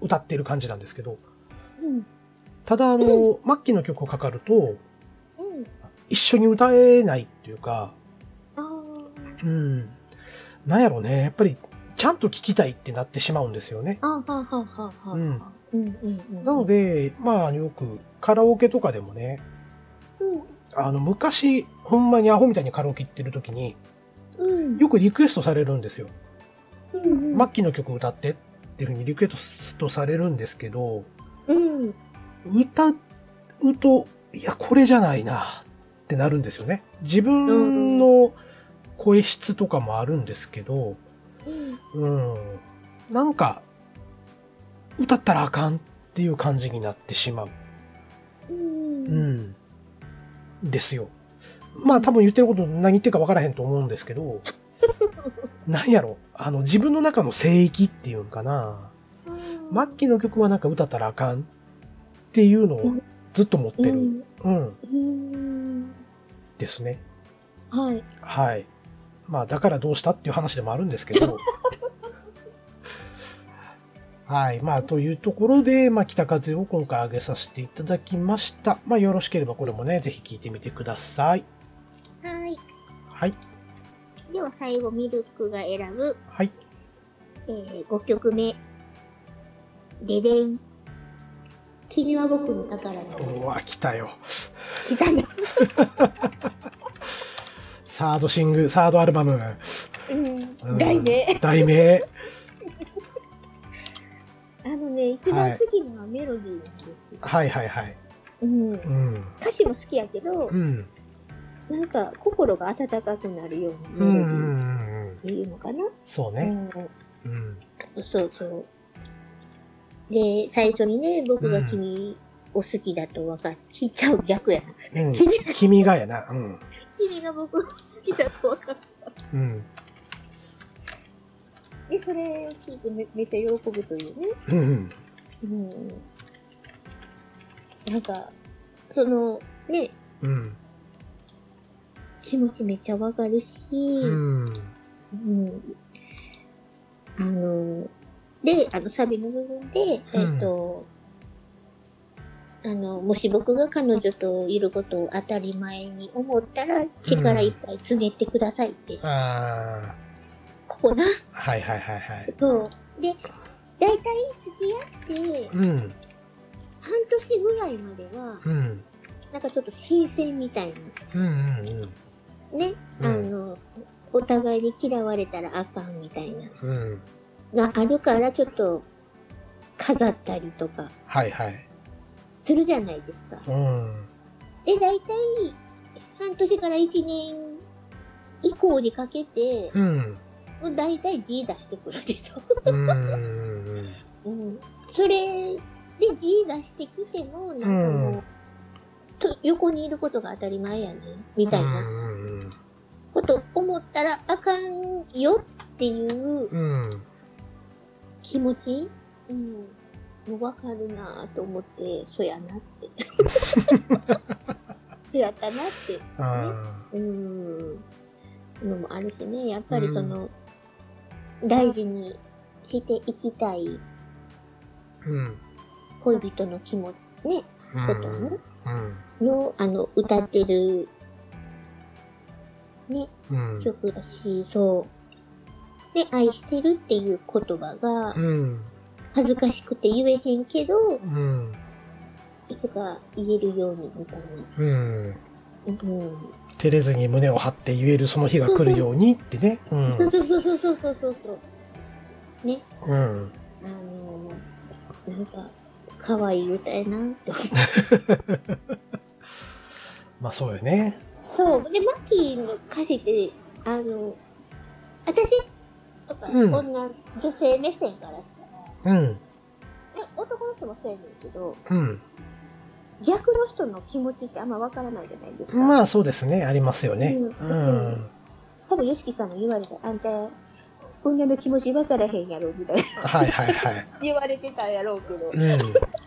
Speaker 2: 歌ってる感じなんですけど、
Speaker 1: うん。
Speaker 2: ただ、あの、末期の曲をかかると、
Speaker 1: うん。
Speaker 2: 一緒に歌えないっていうか、
Speaker 1: あ
Speaker 2: うん。なんやろね、やっぱり、ちゃんと聴きたいってなってしまうんですよね。
Speaker 1: あ。あはははは。
Speaker 2: うん。
Speaker 1: うんうんうん。
Speaker 2: なの、で、まあ、よく、カラオケとかでもね、
Speaker 1: うん
Speaker 2: あの、昔、ほんまにアホみたいにカラオケ行ってる時に、
Speaker 1: うん。
Speaker 2: よくリクエストされるんですよ。
Speaker 1: うん。
Speaker 2: マッキーの曲歌ってっていうふうにリクエストされるんですけど、
Speaker 1: うん。
Speaker 2: 歌うと、いや、これじゃないなってなるんですよね。自分の声質とかもあるんですけど、
Speaker 1: うん。
Speaker 2: うん。なんか、歌ったらあかんっていう感じになってしまう。
Speaker 1: うん。
Speaker 2: う
Speaker 1: うん。
Speaker 2: ん。ですよ。まあ多分言ってること何言ってるか分からへんと思うんです けど、なんやろ、あの自分の中の聖域っていうんかな。末期の曲はなんか歌ったらあかんっていうのをずっと持って
Speaker 1: う
Speaker 2: る。うん、
Speaker 1: ん。うん。
Speaker 2: ですね。
Speaker 1: はい。
Speaker 2: はい。まあだからどうしたっていう話でもあるんですけど。はい。まあというところで、まあ北風を今回上げさせていただきました。まあよろしければこれもね、ぜひ聞いてみてください。
Speaker 1: はい。
Speaker 2: はい。
Speaker 1: では最後、ミルクが選ぶ、
Speaker 2: はい。
Speaker 1: えー、5曲目。ででん。君は僕の宝だ。
Speaker 2: うわ、来たよ。
Speaker 1: 来たね。
Speaker 2: サードシングル、サードアルバム。う
Speaker 1: うん。
Speaker 2: ん
Speaker 1: 題名。。
Speaker 2: 題名。
Speaker 1: あのね、一番好きなのはメロディーなんですよ。
Speaker 2: はいはいはい。
Speaker 1: うん
Speaker 2: う。ん。
Speaker 1: 歌詞も好きやけど
Speaker 2: う、ん。
Speaker 1: なんか心が温かくなるようなメ
Speaker 2: うんう
Speaker 1: ロ
Speaker 2: ん
Speaker 1: ディー
Speaker 2: う
Speaker 1: っ
Speaker 2: んうん。
Speaker 1: ていうのかな。
Speaker 2: そうね。
Speaker 1: うん
Speaker 2: うん。
Speaker 1: そうそう。で、最初にね、僕が君を好きだと分かっ、ちっちゃう逆やな。
Speaker 2: うん
Speaker 1: 君
Speaker 2: 君がやな。うん。
Speaker 1: 君が僕を好きだと分かっ
Speaker 2: うん。
Speaker 1: で、それを聞いてめめっちゃ喜ぶというね。
Speaker 2: うんうん。
Speaker 1: うん。なんか、その、ね、
Speaker 2: うん。
Speaker 1: 気持ちめっちゃわかるし、
Speaker 2: うん。
Speaker 1: うん。あの、で、あの、サビの部分で、
Speaker 2: うん
Speaker 1: えっと、あの、もし僕が彼女といることを当たり前に思ったら、力いっぱい詰めてくださいって、
Speaker 2: ああ。
Speaker 1: ここな。
Speaker 2: はいはいはいはい。
Speaker 1: そう。で、だいたい付き合って、
Speaker 2: うん。
Speaker 1: 半年ぐらいまでは、
Speaker 2: うん。
Speaker 1: なんかちょっと新鮮みたいな。
Speaker 2: うんうん
Speaker 1: ね。
Speaker 2: うん
Speaker 1: あの、お互いに嫌われたらあかんみたいな。
Speaker 2: うん。うん。
Speaker 1: があるから、ちょっと、飾ったりとか。
Speaker 2: はいはい。
Speaker 1: するじゃないですか。
Speaker 2: うん。
Speaker 1: で、大体、半年から1年以降にかけて、
Speaker 2: うん。
Speaker 1: もう大体 G 出してくるでしょ。
Speaker 2: うんうん。
Speaker 1: うん。それで G 出してきても、なんかもう、
Speaker 2: うん
Speaker 1: と横にいることが当たり前やねみたいな
Speaker 2: うん
Speaker 1: こと思ったらあかんよっていう
Speaker 2: うん。
Speaker 1: 気持ち、うん、もうわかるなぁと思って、そやなって。そやったなって。
Speaker 2: あ
Speaker 1: うーん。のもあるしね、やっぱりその、大事にしていきたい
Speaker 2: ーうん。
Speaker 1: 恋人の気持ち、ね、
Speaker 2: うん。
Speaker 1: ことね
Speaker 2: うん。
Speaker 1: の、あの、歌ってる、ね、
Speaker 2: うん。
Speaker 1: 曲だし、そう。で、愛してるっていう言葉が
Speaker 2: う、ん。
Speaker 1: 恥ずかしくて言えへんけど、
Speaker 2: うん。
Speaker 1: いつか言えるようにみたいな。
Speaker 2: うん。
Speaker 1: うん。
Speaker 2: 照れずに胸を張って言えるその日が来るようにってね。うん。
Speaker 1: そうそうそうそうそうそうそう。ね、
Speaker 2: うん。
Speaker 1: あのー、なんか、可愛い歌やなって思って。
Speaker 2: まあそうよね。
Speaker 1: そう。で、マッキーの歌詞って、あの、私とか、
Speaker 2: うん
Speaker 1: 女、女性目線からしたら、
Speaker 2: うん。
Speaker 1: ね、男の人もそうやねんけど、
Speaker 2: うん。
Speaker 1: 逆の人の気持ちってあんまわからないじゃないですか。
Speaker 2: まあそうですね。ありますよね。
Speaker 1: う
Speaker 2: うんん。
Speaker 1: 多分、ヨシキさんも言われた。あんた、女の気持ちわからへんやろ、みたいな。
Speaker 2: はいはいはい。
Speaker 1: 言われてたやろうけど、
Speaker 2: うん。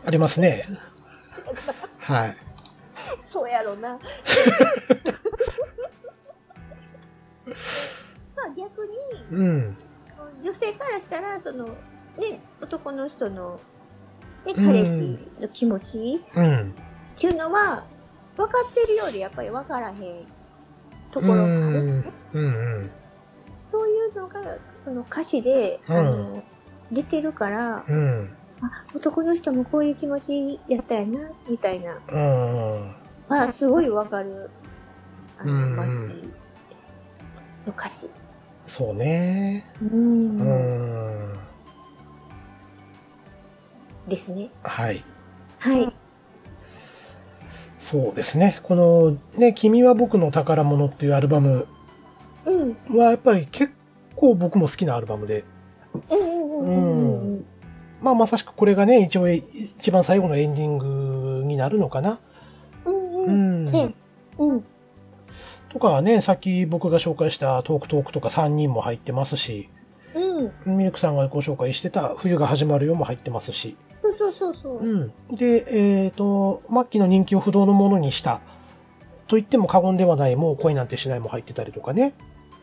Speaker 2: ありますね。はい。
Speaker 1: そうやろ な。まあ逆に、
Speaker 2: うん。
Speaker 1: 女性からしたら、その、ね、男の人の、ね、
Speaker 2: うん
Speaker 1: 彼氏の気持ち
Speaker 2: うん。
Speaker 1: っていうのは、分かってるよりやっぱり分からへんところがある。
Speaker 2: うんうん。
Speaker 1: そういうのが、その歌詞で、あの、出てるから、
Speaker 2: うん。
Speaker 1: あ、男の人もこういう気持ちやったやな、みたいな。
Speaker 2: うん。
Speaker 1: あ、すごいわかる。あの、
Speaker 2: うん
Speaker 1: マッキーの歌詞。
Speaker 2: そうね。
Speaker 1: うん
Speaker 2: うん。
Speaker 1: ですね。
Speaker 2: はい。
Speaker 1: はい。
Speaker 2: そうですね。この、ね、君は僕の宝物っていうアルバム
Speaker 1: うん。
Speaker 2: はやっぱり結構僕も好きなアルバムで、
Speaker 1: うんうんうんうん。
Speaker 2: まあまさしくこれがね、一応一番最後のエンディングになるのかな。
Speaker 1: うん
Speaker 2: う
Speaker 1: うん。
Speaker 2: ん。
Speaker 1: そううん。
Speaker 2: とかね、さっき僕が紹介したトークトークとか3人も入ってますし、
Speaker 1: うん。
Speaker 2: ミルクさんがご紹介してた冬が始まるよも入ってますし、
Speaker 1: そうそうそうそう。
Speaker 2: うん。で、えっ、と、末期の人気を不動のものにしたと言っても過言ではない、もう恋なんてしないも入ってたりとかね。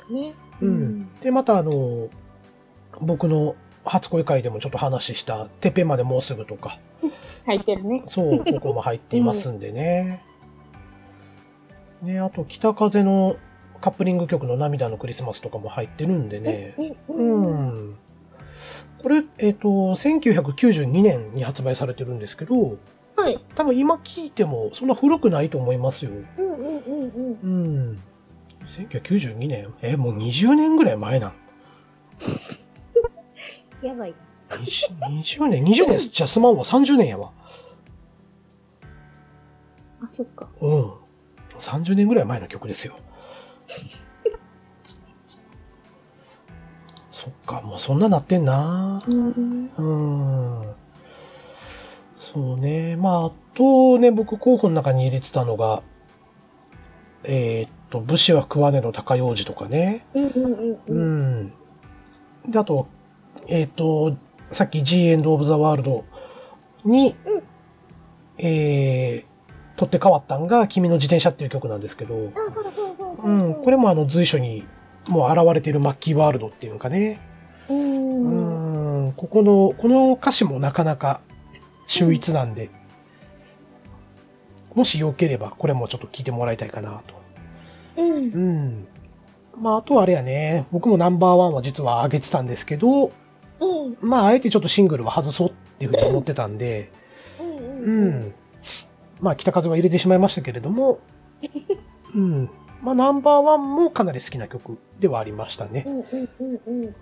Speaker 1: ね。
Speaker 2: うん。で、またあの、僕の初恋会でもちょっと話した、てっぺんまでもうすぐとか、
Speaker 1: 入ってるね。
Speaker 2: そう、ここも入っていますん でね。ね、あと、北風のカップリング曲の涙のクリスマスとかも入ってるんでね。
Speaker 1: う。
Speaker 2: うん
Speaker 1: うん。
Speaker 2: ん。これ、えっ、と、1992年に発売されてるんですけど、
Speaker 1: はい。
Speaker 2: 多分今聞いてもそんな古くないと思いますよ。
Speaker 1: うんうんうんうん。
Speaker 2: うん。1992年え、もう20年ぐらい前なん。
Speaker 1: やばい。
Speaker 2: 20, 20年 ?20 年じゃすまんわ。30年やわ。
Speaker 1: あ、そっか。
Speaker 2: うん。30年ぐらい前の曲ですよ。そっか、もうそんななってんな
Speaker 1: うん。
Speaker 2: うん。そうね。まあ、あとね、僕候補の中に入れてたのが、えーっと、武士は食わねの高楊枝とかね。
Speaker 1: うんうんう。
Speaker 2: うんん。で、あと、えっ、と、さっき G End of the World に、
Speaker 1: うん
Speaker 2: えー、取って変わったんが、君の自転車っていう曲なんですけど、う、
Speaker 1: うん
Speaker 2: これもあの随所に、もう現れているマッキーワールドっていうかね、
Speaker 1: う。
Speaker 2: うんん、ここの、この歌詞もなかなか秀逸なんで、もしよければ、これもちょっと聞いてもらいたいかな
Speaker 1: う
Speaker 2: と。
Speaker 1: ん。
Speaker 2: うん。まあ、あとはあれやね、僕もナンバーワンは実は上げてたんですけど、
Speaker 1: うん。
Speaker 2: まあ、あえてちょっとシングルは外そうっていうふうに思ってたんで、
Speaker 1: うん。
Speaker 2: う。ん。まあ、北風は入れてしまいましたけれども、 うん。まあ、ナンバーワンもかなり好きな曲ではありましたね
Speaker 1: う。んうんうんうん。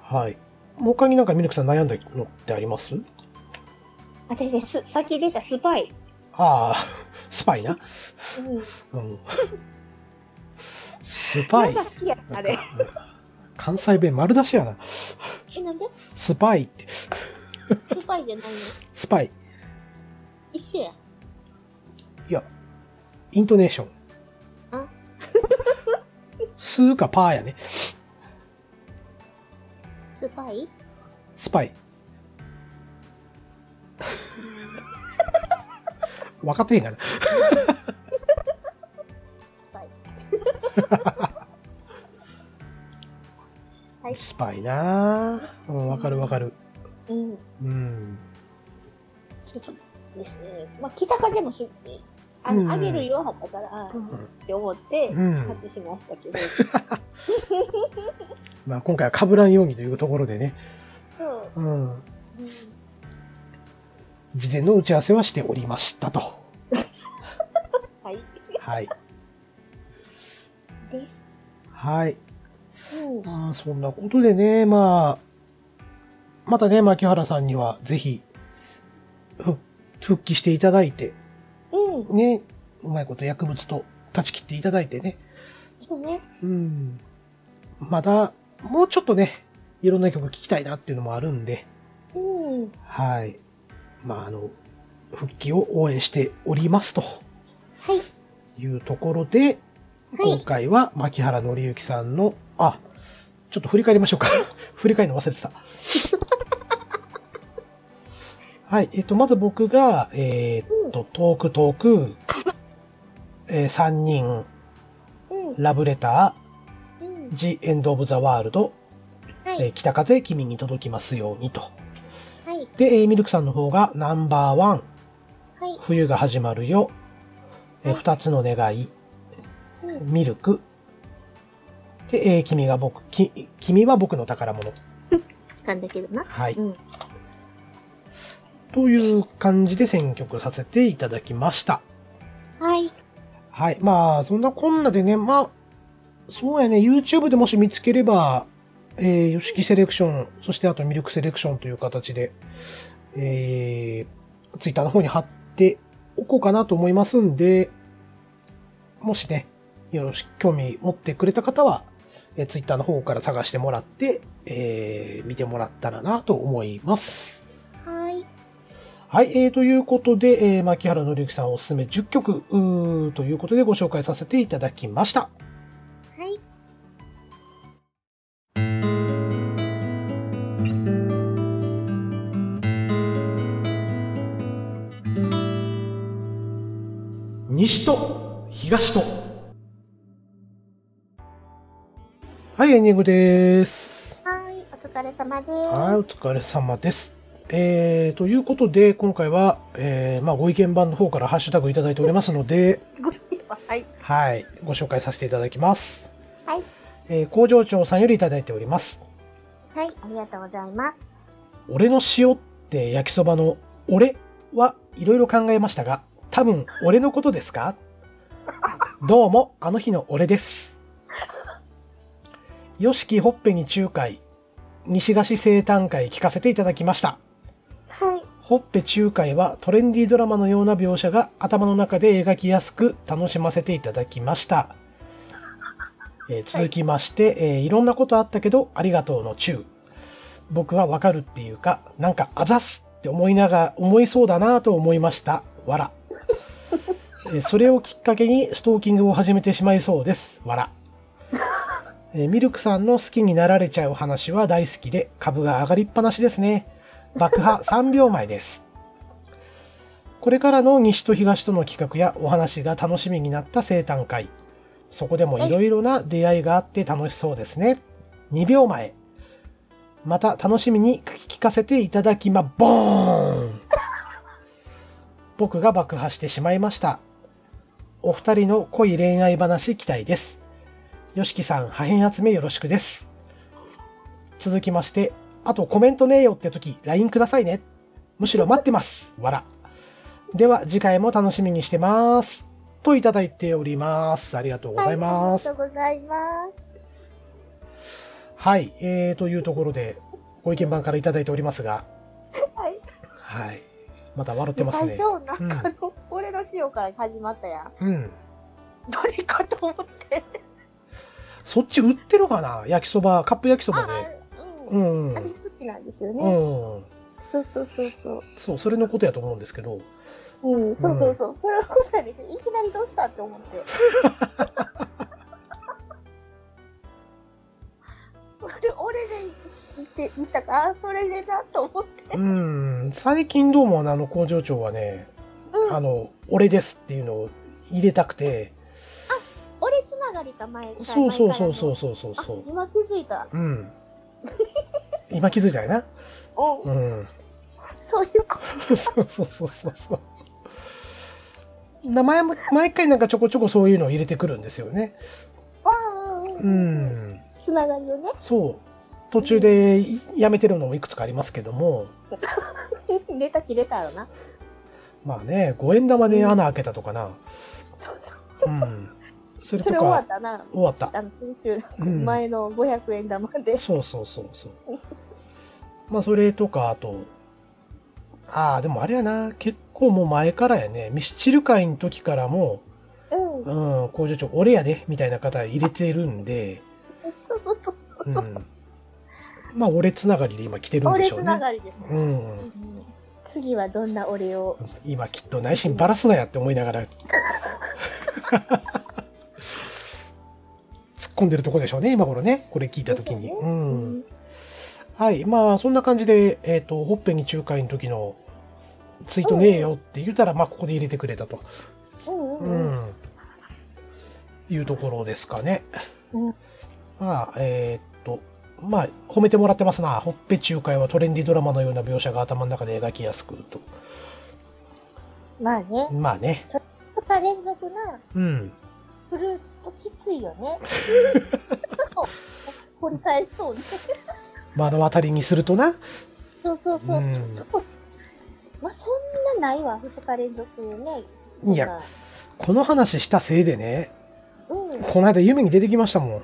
Speaker 2: はい。もう他になんかミルクさん悩んだのってあります
Speaker 1: 私ね、す、さっき出たスパイ。
Speaker 2: ああ、スパイな。
Speaker 1: うん。
Speaker 2: うん。スパ
Speaker 1: なん
Speaker 2: イ
Speaker 1: か。好きやった、あれ。
Speaker 2: 関西弁丸出しやな。
Speaker 1: え、なんで
Speaker 2: スパイって。
Speaker 1: スパイじゃないの
Speaker 2: スパイ。
Speaker 1: 一緒や。
Speaker 2: いや、イントネーション。
Speaker 1: あ
Speaker 2: スーかパーやね。
Speaker 1: スパイ
Speaker 2: スパイ。若手がな。
Speaker 1: スパイ。はい
Speaker 2: スパイなぁ。うん、わかるわかる。
Speaker 1: うん。
Speaker 2: うん。
Speaker 1: 好きですね。まあ、北風もすあの、
Speaker 2: うん
Speaker 1: あげるよ、だから、
Speaker 2: う
Speaker 1: っ
Speaker 2: ん
Speaker 1: て思って、
Speaker 2: うん
Speaker 1: 外しましたけど、
Speaker 2: まあ今回は被らんようにというところでね。
Speaker 1: そう、
Speaker 2: うん。
Speaker 1: うん、
Speaker 2: 事前の打ち合わせはしておりましたと。
Speaker 1: はい、
Speaker 2: はい。
Speaker 1: です。
Speaker 2: はい。
Speaker 1: うん、
Speaker 2: まあそんなことでね、まあ、またね、牧原さんにはぜひ、ふ復帰していただいて、
Speaker 1: うん、
Speaker 2: ね、うまいこと薬物と断ち切っていただいてね。
Speaker 1: そうね。
Speaker 2: うん。まだ、もうちょっとね、いろんな曲聴きたいなっていうのもあるんで、
Speaker 1: うん、
Speaker 2: はい。まあ、あの、復帰を応援しておりますと
Speaker 1: はい、
Speaker 2: いうところで、
Speaker 1: はい
Speaker 2: 今回は牧原紀之さんの、あ、ちょっと振り返りましょうか。 振り返るの忘 れてた。はい。えっと、まず僕が、えーっと、トークトーク、えー、3人、
Speaker 1: うん、
Speaker 2: ラブレタ
Speaker 1: うん
Speaker 2: ー、、ジ・エンド・オブ・ザ・ワールド、
Speaker 1: は
Speaker 2: えー
Speaker 1: い、
Speaker 2: 北風君に届きますようにと。
Speaker 1: はい、
Speaker 2: で、えーミルクさんの方がナンバーワン、
Speaker 1: はい、
Speaker 2: 冬が始まるよ、えー
Speaker 1: はい
Speaker 2: 二つの願い、
Speaker 1: うん、
Speaker 2: ミルク。で、えー君が僕、き、君は僕の宝物。
Speaker 1: 噛んだけどな。
Speaker 2: はい。
Speaker 1: うん、
Speaker 2: という感じで選曲させていただきました。
Speaker 1: はい、
Speaker 2: はい。まあ、そんなこんなでね、まあ、そうやね、YouTube でもし見つければ、えー、ヨシキセレクション、そしてあとミルクセレクションという形で、えー、Twitter の方に貼っておこうかなと思いますんで、もしね、よろし、興味持ってくれた方は、えー、Twitter の方から探してもらって、えー、見てもらったらなと思います。
Speaker 1: はい、
Speaker 2: はい、えー、ということで、えー、牧原紀之さんおすすめ10曲うーということでご紹介させていただきました。
Speaker 1: はい、
Speaker 2: 西と東と。はい、エンディングです。
Speaker 1: はい、お疲れ様で
Speaker 2: はい、お疲れ様です。えー、ということで、今回は、えー、まあ、ご意見番の方からハッシュタグいただいておりますので、
Speaker 1: す。ごめんなさい。
Speaker 2: はい、ご紹介させていただきます。
Speaker 1: はい、
Speaker 2: えー、工場長さんよりいただいております。
Speaker 1: はい、ありがとうございます。
Speaker 2: 俺の塩って焼きそばの俺はいろいろ考えましたが、多分俺のことですかどうも、あの日の俺です。よしきほっぺに中海、西菓子生誕会聞かせていただきました。
Speaker 1: はい、
Speaker 2: ほっぺ中海はトレンディードラマのような描写が頭の中で描きやすく楽しませていただきました。えー続きまして、いえーいろんなことあったけど、ありがとうの中。僕はわかるっていうか、なんかあざすって思いながら、思いそうだなと思いました。わら。えーそれをきっかけにストーキングを始めてしまいそうです。わら。えーミルクさんの好きになられちゃう話は大好きで、株が上がりっぱなしですね。爆破3秒前です。これからの西と東との企画やお話が楽しみになった生誕会。そこでもいろいろな出会いがあって楽しそうですね。2秒前。また楽しみに聞かせていただきま、ボーン僕が爆破してしまいました。お二人の濃い恋愛話期待です。よしきさん、破片集めよろしくです。続きまして、あとコメントねえよって時、LINE くださいね。むしろ待ってます。わら。では、次回も楽しみにしてます。といただいております。ありがとうございます。
Speaker 1: はいありがとうございます。
Speaker 2: はい、えー、というところで、ご意見番からいただいておりますが、
Speaker 1: はい。
Speaker 2: はい。また笑ってます
Speaker 1: 最
Speaker 2: ね。
Speaker 1: 初、なんかの、俺の塩から始まったやん。
Speaker 2: うん。
Speaker 1: 何かと思って。
Speaker 2: そっち売ってるかな焼きそば、カップ焼きそば
Speaker 1: あ
Speaker 2: で。、
Speaker 1: う。
Speaker 2: うんん。う
Speaker 1: あれ好きなんですよね。
Speaker 2: ん。
Speaker 1: そうそうそうそう。
Speaker 2: そう、それのことやと思うんですけど、
Speaker 1: うん、そうそうそう。それを答えて、いきなりどうしたって思 って。で俺で言って言ったかあそれでなと思って
Speaker 2: うん。うん、最近どうもねあの工場長はね、
Speaker 1: うん
Speaker 2: あの、俺ですっていうのを入れたくて、
Speaker 1: 俺つながりか前回
Speaker 2: そうそうそう
Speaker 1: う
Speaker 2: そうそうそうそう。
Speaker 1: 今気づいた
Speaker 2: うん。今気づいたよな。
Speaker 1: お
Speaker 2: うん。
Speaker 1: そういうこ
Speaker 2: そうそうそうそうそう。名前も、毎回なんかちょこちょこそういうのを入れてくるんですよね。
Speaker 1: とあー
Speaker 2: う、ん。
Speaker 1: つながりをね
Speaker 2: そう。途中でいやめてるのもいくつかありますけども、
Speaker 1: ネタ切れたやろな
Speaker 2: まあね、五円玉で穴開けたとかな。
Speaker 1: そうそう
Speaker 2: うん。それ
Speaker 1: そ
Speaker 2: と
Speaker 1: れ終わっ
Speaker 2: か、
Speaker 1: たな
Speaker 2: 終わった。
Speaker 1: あの先週
Speaker 2: うん
Speaker 1: 前の500円玉で、
Speaker 2: そうそうそうそう。まあそれとか、あと、ああ、でもあれやな、結構もう前からやね、ミスチル会の時からも、
Speaker 1: うん
Speaker 2: うん、工場長、俺やで、みたいな方入れてるんで、
Speaker 1: そうそうそう
Speaker 2: うん。まあ俺つながりで今来てるんで
Speaker 1: 俺
Speaker 2: しょ
Speaker 1: つ
Speaker 2: う
Speaker 1: な
Speaker 2: ね。
Speaker 1: がりです、
Speaker 2: うん。
Speaker 1: うん次はどんな俺を
Speaker 2: 今きっと内心バラすなやって思いながら 突っ込んでるとこでしょうね今頃ねこれ聞いた時に、
Speaker 1: でしょ
Speaker 2: う、
Speaker 1: うん
Speaker 2: はいまあそんな感じで、えー、とほっぺに仲介の時のツイートねえよって言ったら、まあここで入れてくれたと、
Speaker 1: うん
Speaker 2: う
Speaker 1: うんうん
Speaker 2: ん、いうところですかね
Speaker 1: うん
Speaker 2: まあえっ、とまあ褒めてもらってますなほっぺ仲介はトレンディドラマのような描写が頭の中で描きやすくと
Speaker 1: まあね
Speaker 2: まあね
Speaker 1: 2日連続な
Speaker 2: うん
Speaker 1: 振るときついよ ね掘り返しそうね
Speaker 2: 目の当たりにするとな、
Speaker 1: そうそうそう
Speaker 2: うん
Speaker 1: そうそうまあそんなないわ2日連続ね
Speaker 2: いやこの話したせいでね、
Speaker 1: そんなうん
Speaker 2: この間夢に出てきましたもん。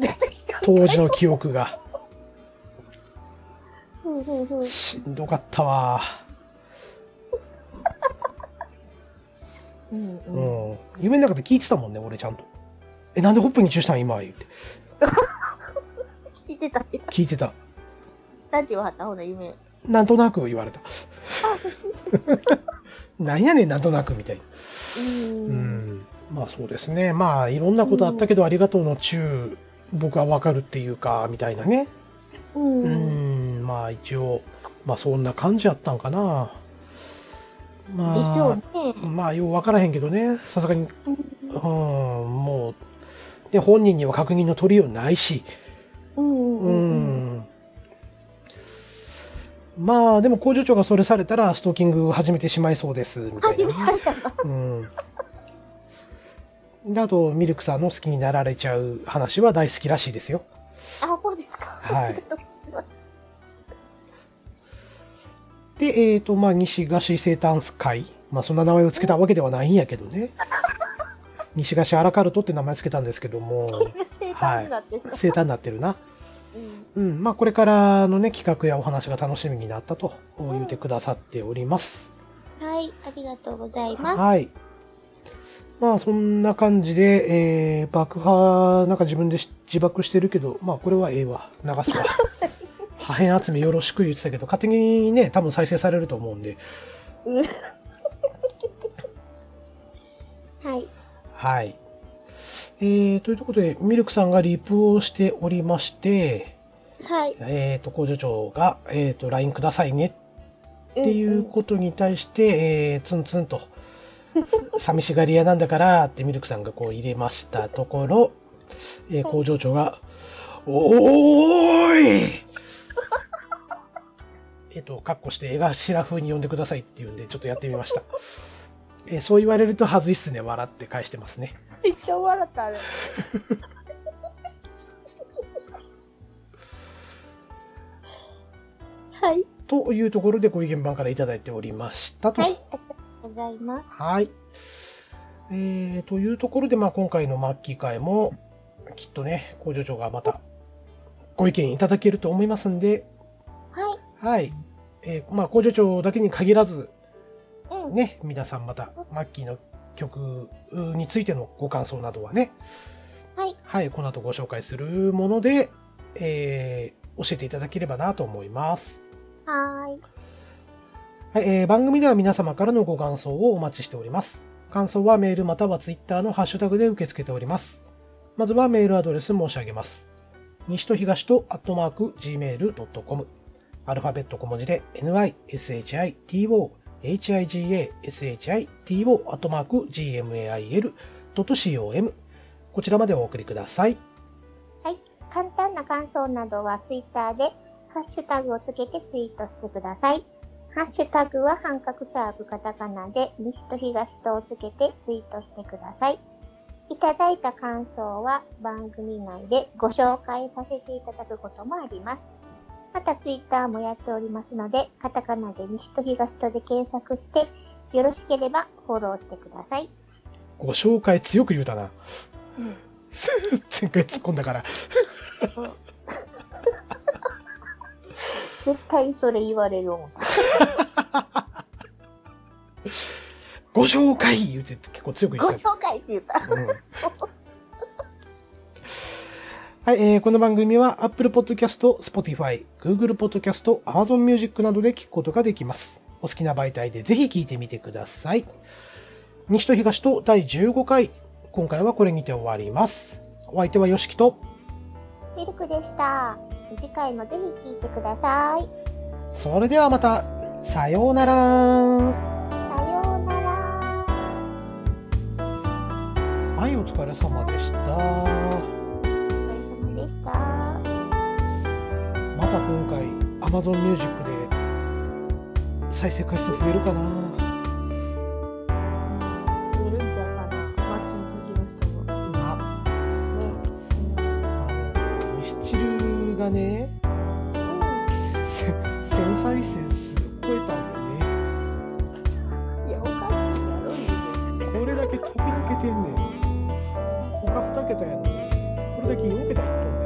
Speaker 1: 出てきた
Speaker 2: 当時の記憶が。
Speaker 1: うんうんうん
Speaker 2: しんどかったわ。
Speaker 1: うん
Speaker 2: う
Speaker 1: うん
Speaker 2: ん。夢の中で聞いてたもんね、俺ちゃんと。え、なんでホップに注したん今言って。
Speaker 1: 聞いてたよ
Speaker 2: 聞いてた。
Speaker 1: なんて言わはったほうの夢
Speaker 2: なんとなく言われた。
Speaker 1: あそっち
Speaker 2: なんやねん、なんとなくみたいな。
Speaker 1: うん
Speaker 2: うん。まあそうですね。まあいろんなことあったけど、ありがとうの中、僕はわかるっていうか、みたいなね。
Speaker 1: うん
Speaker 2: う
Speaker 1: うん
Speaker 2: ん、まあ一応、まあそんな感じやったんかな。まあ。
Speaker 1: でしょうね
Speaker 2: まあよう分からへんけどねさすがにうんもうで本人には確認の取りようないし
Speaker 1: うん
Speaker 2: う
Speaker 1: うんうん
Speaker 2: んまあでも工場長がそれされたらストーキング始めてしまいそうですみたい
Speaker 1: 初
Speaker 2: な
Speaker 1: め
Speaker 2: ね、
Speaker 1: 入ったの
Speaker 2: うん、であとミルクさんの好きになられちゃう話は大好きらしいですよ
Speaker 1: あそうですか
Speaker 2: はい
Speaker 1: ありがとうございます
Speaker 2: でえっ、とまあ西菓子生誕会まあそんな名前を付けたわけではないんやけどね西菓子アラカルトって名前付けたんですけども
Speaker 1: 生誕になってる、
Speaker 2: 生誕になってるな
Speaker 1: うん
Speaker 2: うん、まあこれからのね、企画やお話が楽しみになったと言ってくださっております。
Speaker 1: はい、ありがとうございます。
Speaker 2: はい。まあそんな感じで、えー、爆破、なんか自分でし自爆してるけど、まあこれはええわ。流す わ。破片集めよろしく言ってたけど、勝手にね、多分再生されると思うんで。
Speaker 1: はい。
Speaker 2: はい。えー、ということで、ミルクさんがリプをしておりまして、
Speaker 1: はい。
Speaker 2: えー、と、工場長が、えー、と、LINE くださいねってい
Speaker 1: ん
Speaker 2: うことに対して、えーツンツン と寂しがり屋なんだからってミルクさんがこう入れましたところ、えー工場長が「おーい!」 えっとカッコして「江頭風に呼んでください」って言うんでちょっとやってみました、 えーそう言われると恥ずいっすね笑って返してますね
Speaker 1: うんめっちゃ笑った、あれ。はい。
Speaker 2: というところでご意見番からいただいておりましたと
Speaker 1: はい、ありがとうございます。
Speaker 2: はい。えー、というところで、まあ、今回の末期会も、きっとね、工場長がまた、ご意見いただけると思いますんで、
Speaker 1: は
Speaker 2: はい。えーまあ、工場長だけに限らず、
Speaker 1: い。うん。
Speaker 2: ね、皆さんまた、末期の曲についてのご感想などはね、
Speaker 1: はい。
Speaker 2: はい、この後ご紹介するもので、えー教えていただければなと思います。
Speaker 1: はーい。
Speaker 2: はい、えー番組では皆様からのご感想をお待ちしております。感想はメールまたはツイッターのハッシュタグで受け付けております。まずはメールアドレス申し上げます。西と東とアットマーク gmail.com アルファベット小文字で nishito higa shito アットマーク gmail.com こちらまでお送りください。
Speaker 1: 簡単な感想などはツイッターで、ハッシュタグをつけてツイートしてください。ハッシュタグは半角サーブカタカナで、西と東とをつけてツイートしてください。いただいた感想は番組内でご紹介させていただくこともあります。またツイッターもやっておりますので、カタカナで西と東とで検索して、よろしければフォローしてください。
Speaker 2: ご紹介強く言うたな。
Speaker 1: うん
Speaker 2: 前回突っ込んだから。
Speaker 1: 絶対それ言われるもん。
Speaker 2: ご紹介言うて結構強く言
Speaker 1: ご
Speaker 2: ってた。
Speaker 1: 紹介って言った。
Speaker 2: うんはい、えーこの番組は Apple Podcast、Spotify、Google Podcast、Amazon Music などで聞くことができます。お好きな媒体でぜひ聞いてみてください。西と東と第15回、今回はこれにて終わります。お相手は YOSHIKI と、
Speaker 1: ミルクでした。次回もぜひ聞いてください。
Speaker 2: それではまた、さようなら。
Speaker 1: さようなら。
Speaker 2: はい、お疲れ様でした。
Speaker 1: お疲れ様でした。
Speaker 2: また今回 Amazon Music で再生回数増えるかな
Speaker 1: 出るんちゃうかな。ワッキー好きの人も。ね。
Speaker 2: な
Speaker 1: うん。
Speaker 2: あのミスチルがねせ1000再生数超えたんだよね
Speaker 1: いや、おかしいやろ。
Speaker 2: これだけ飛び抜けてんねん他2桁やのにこれだけ4桁いっとん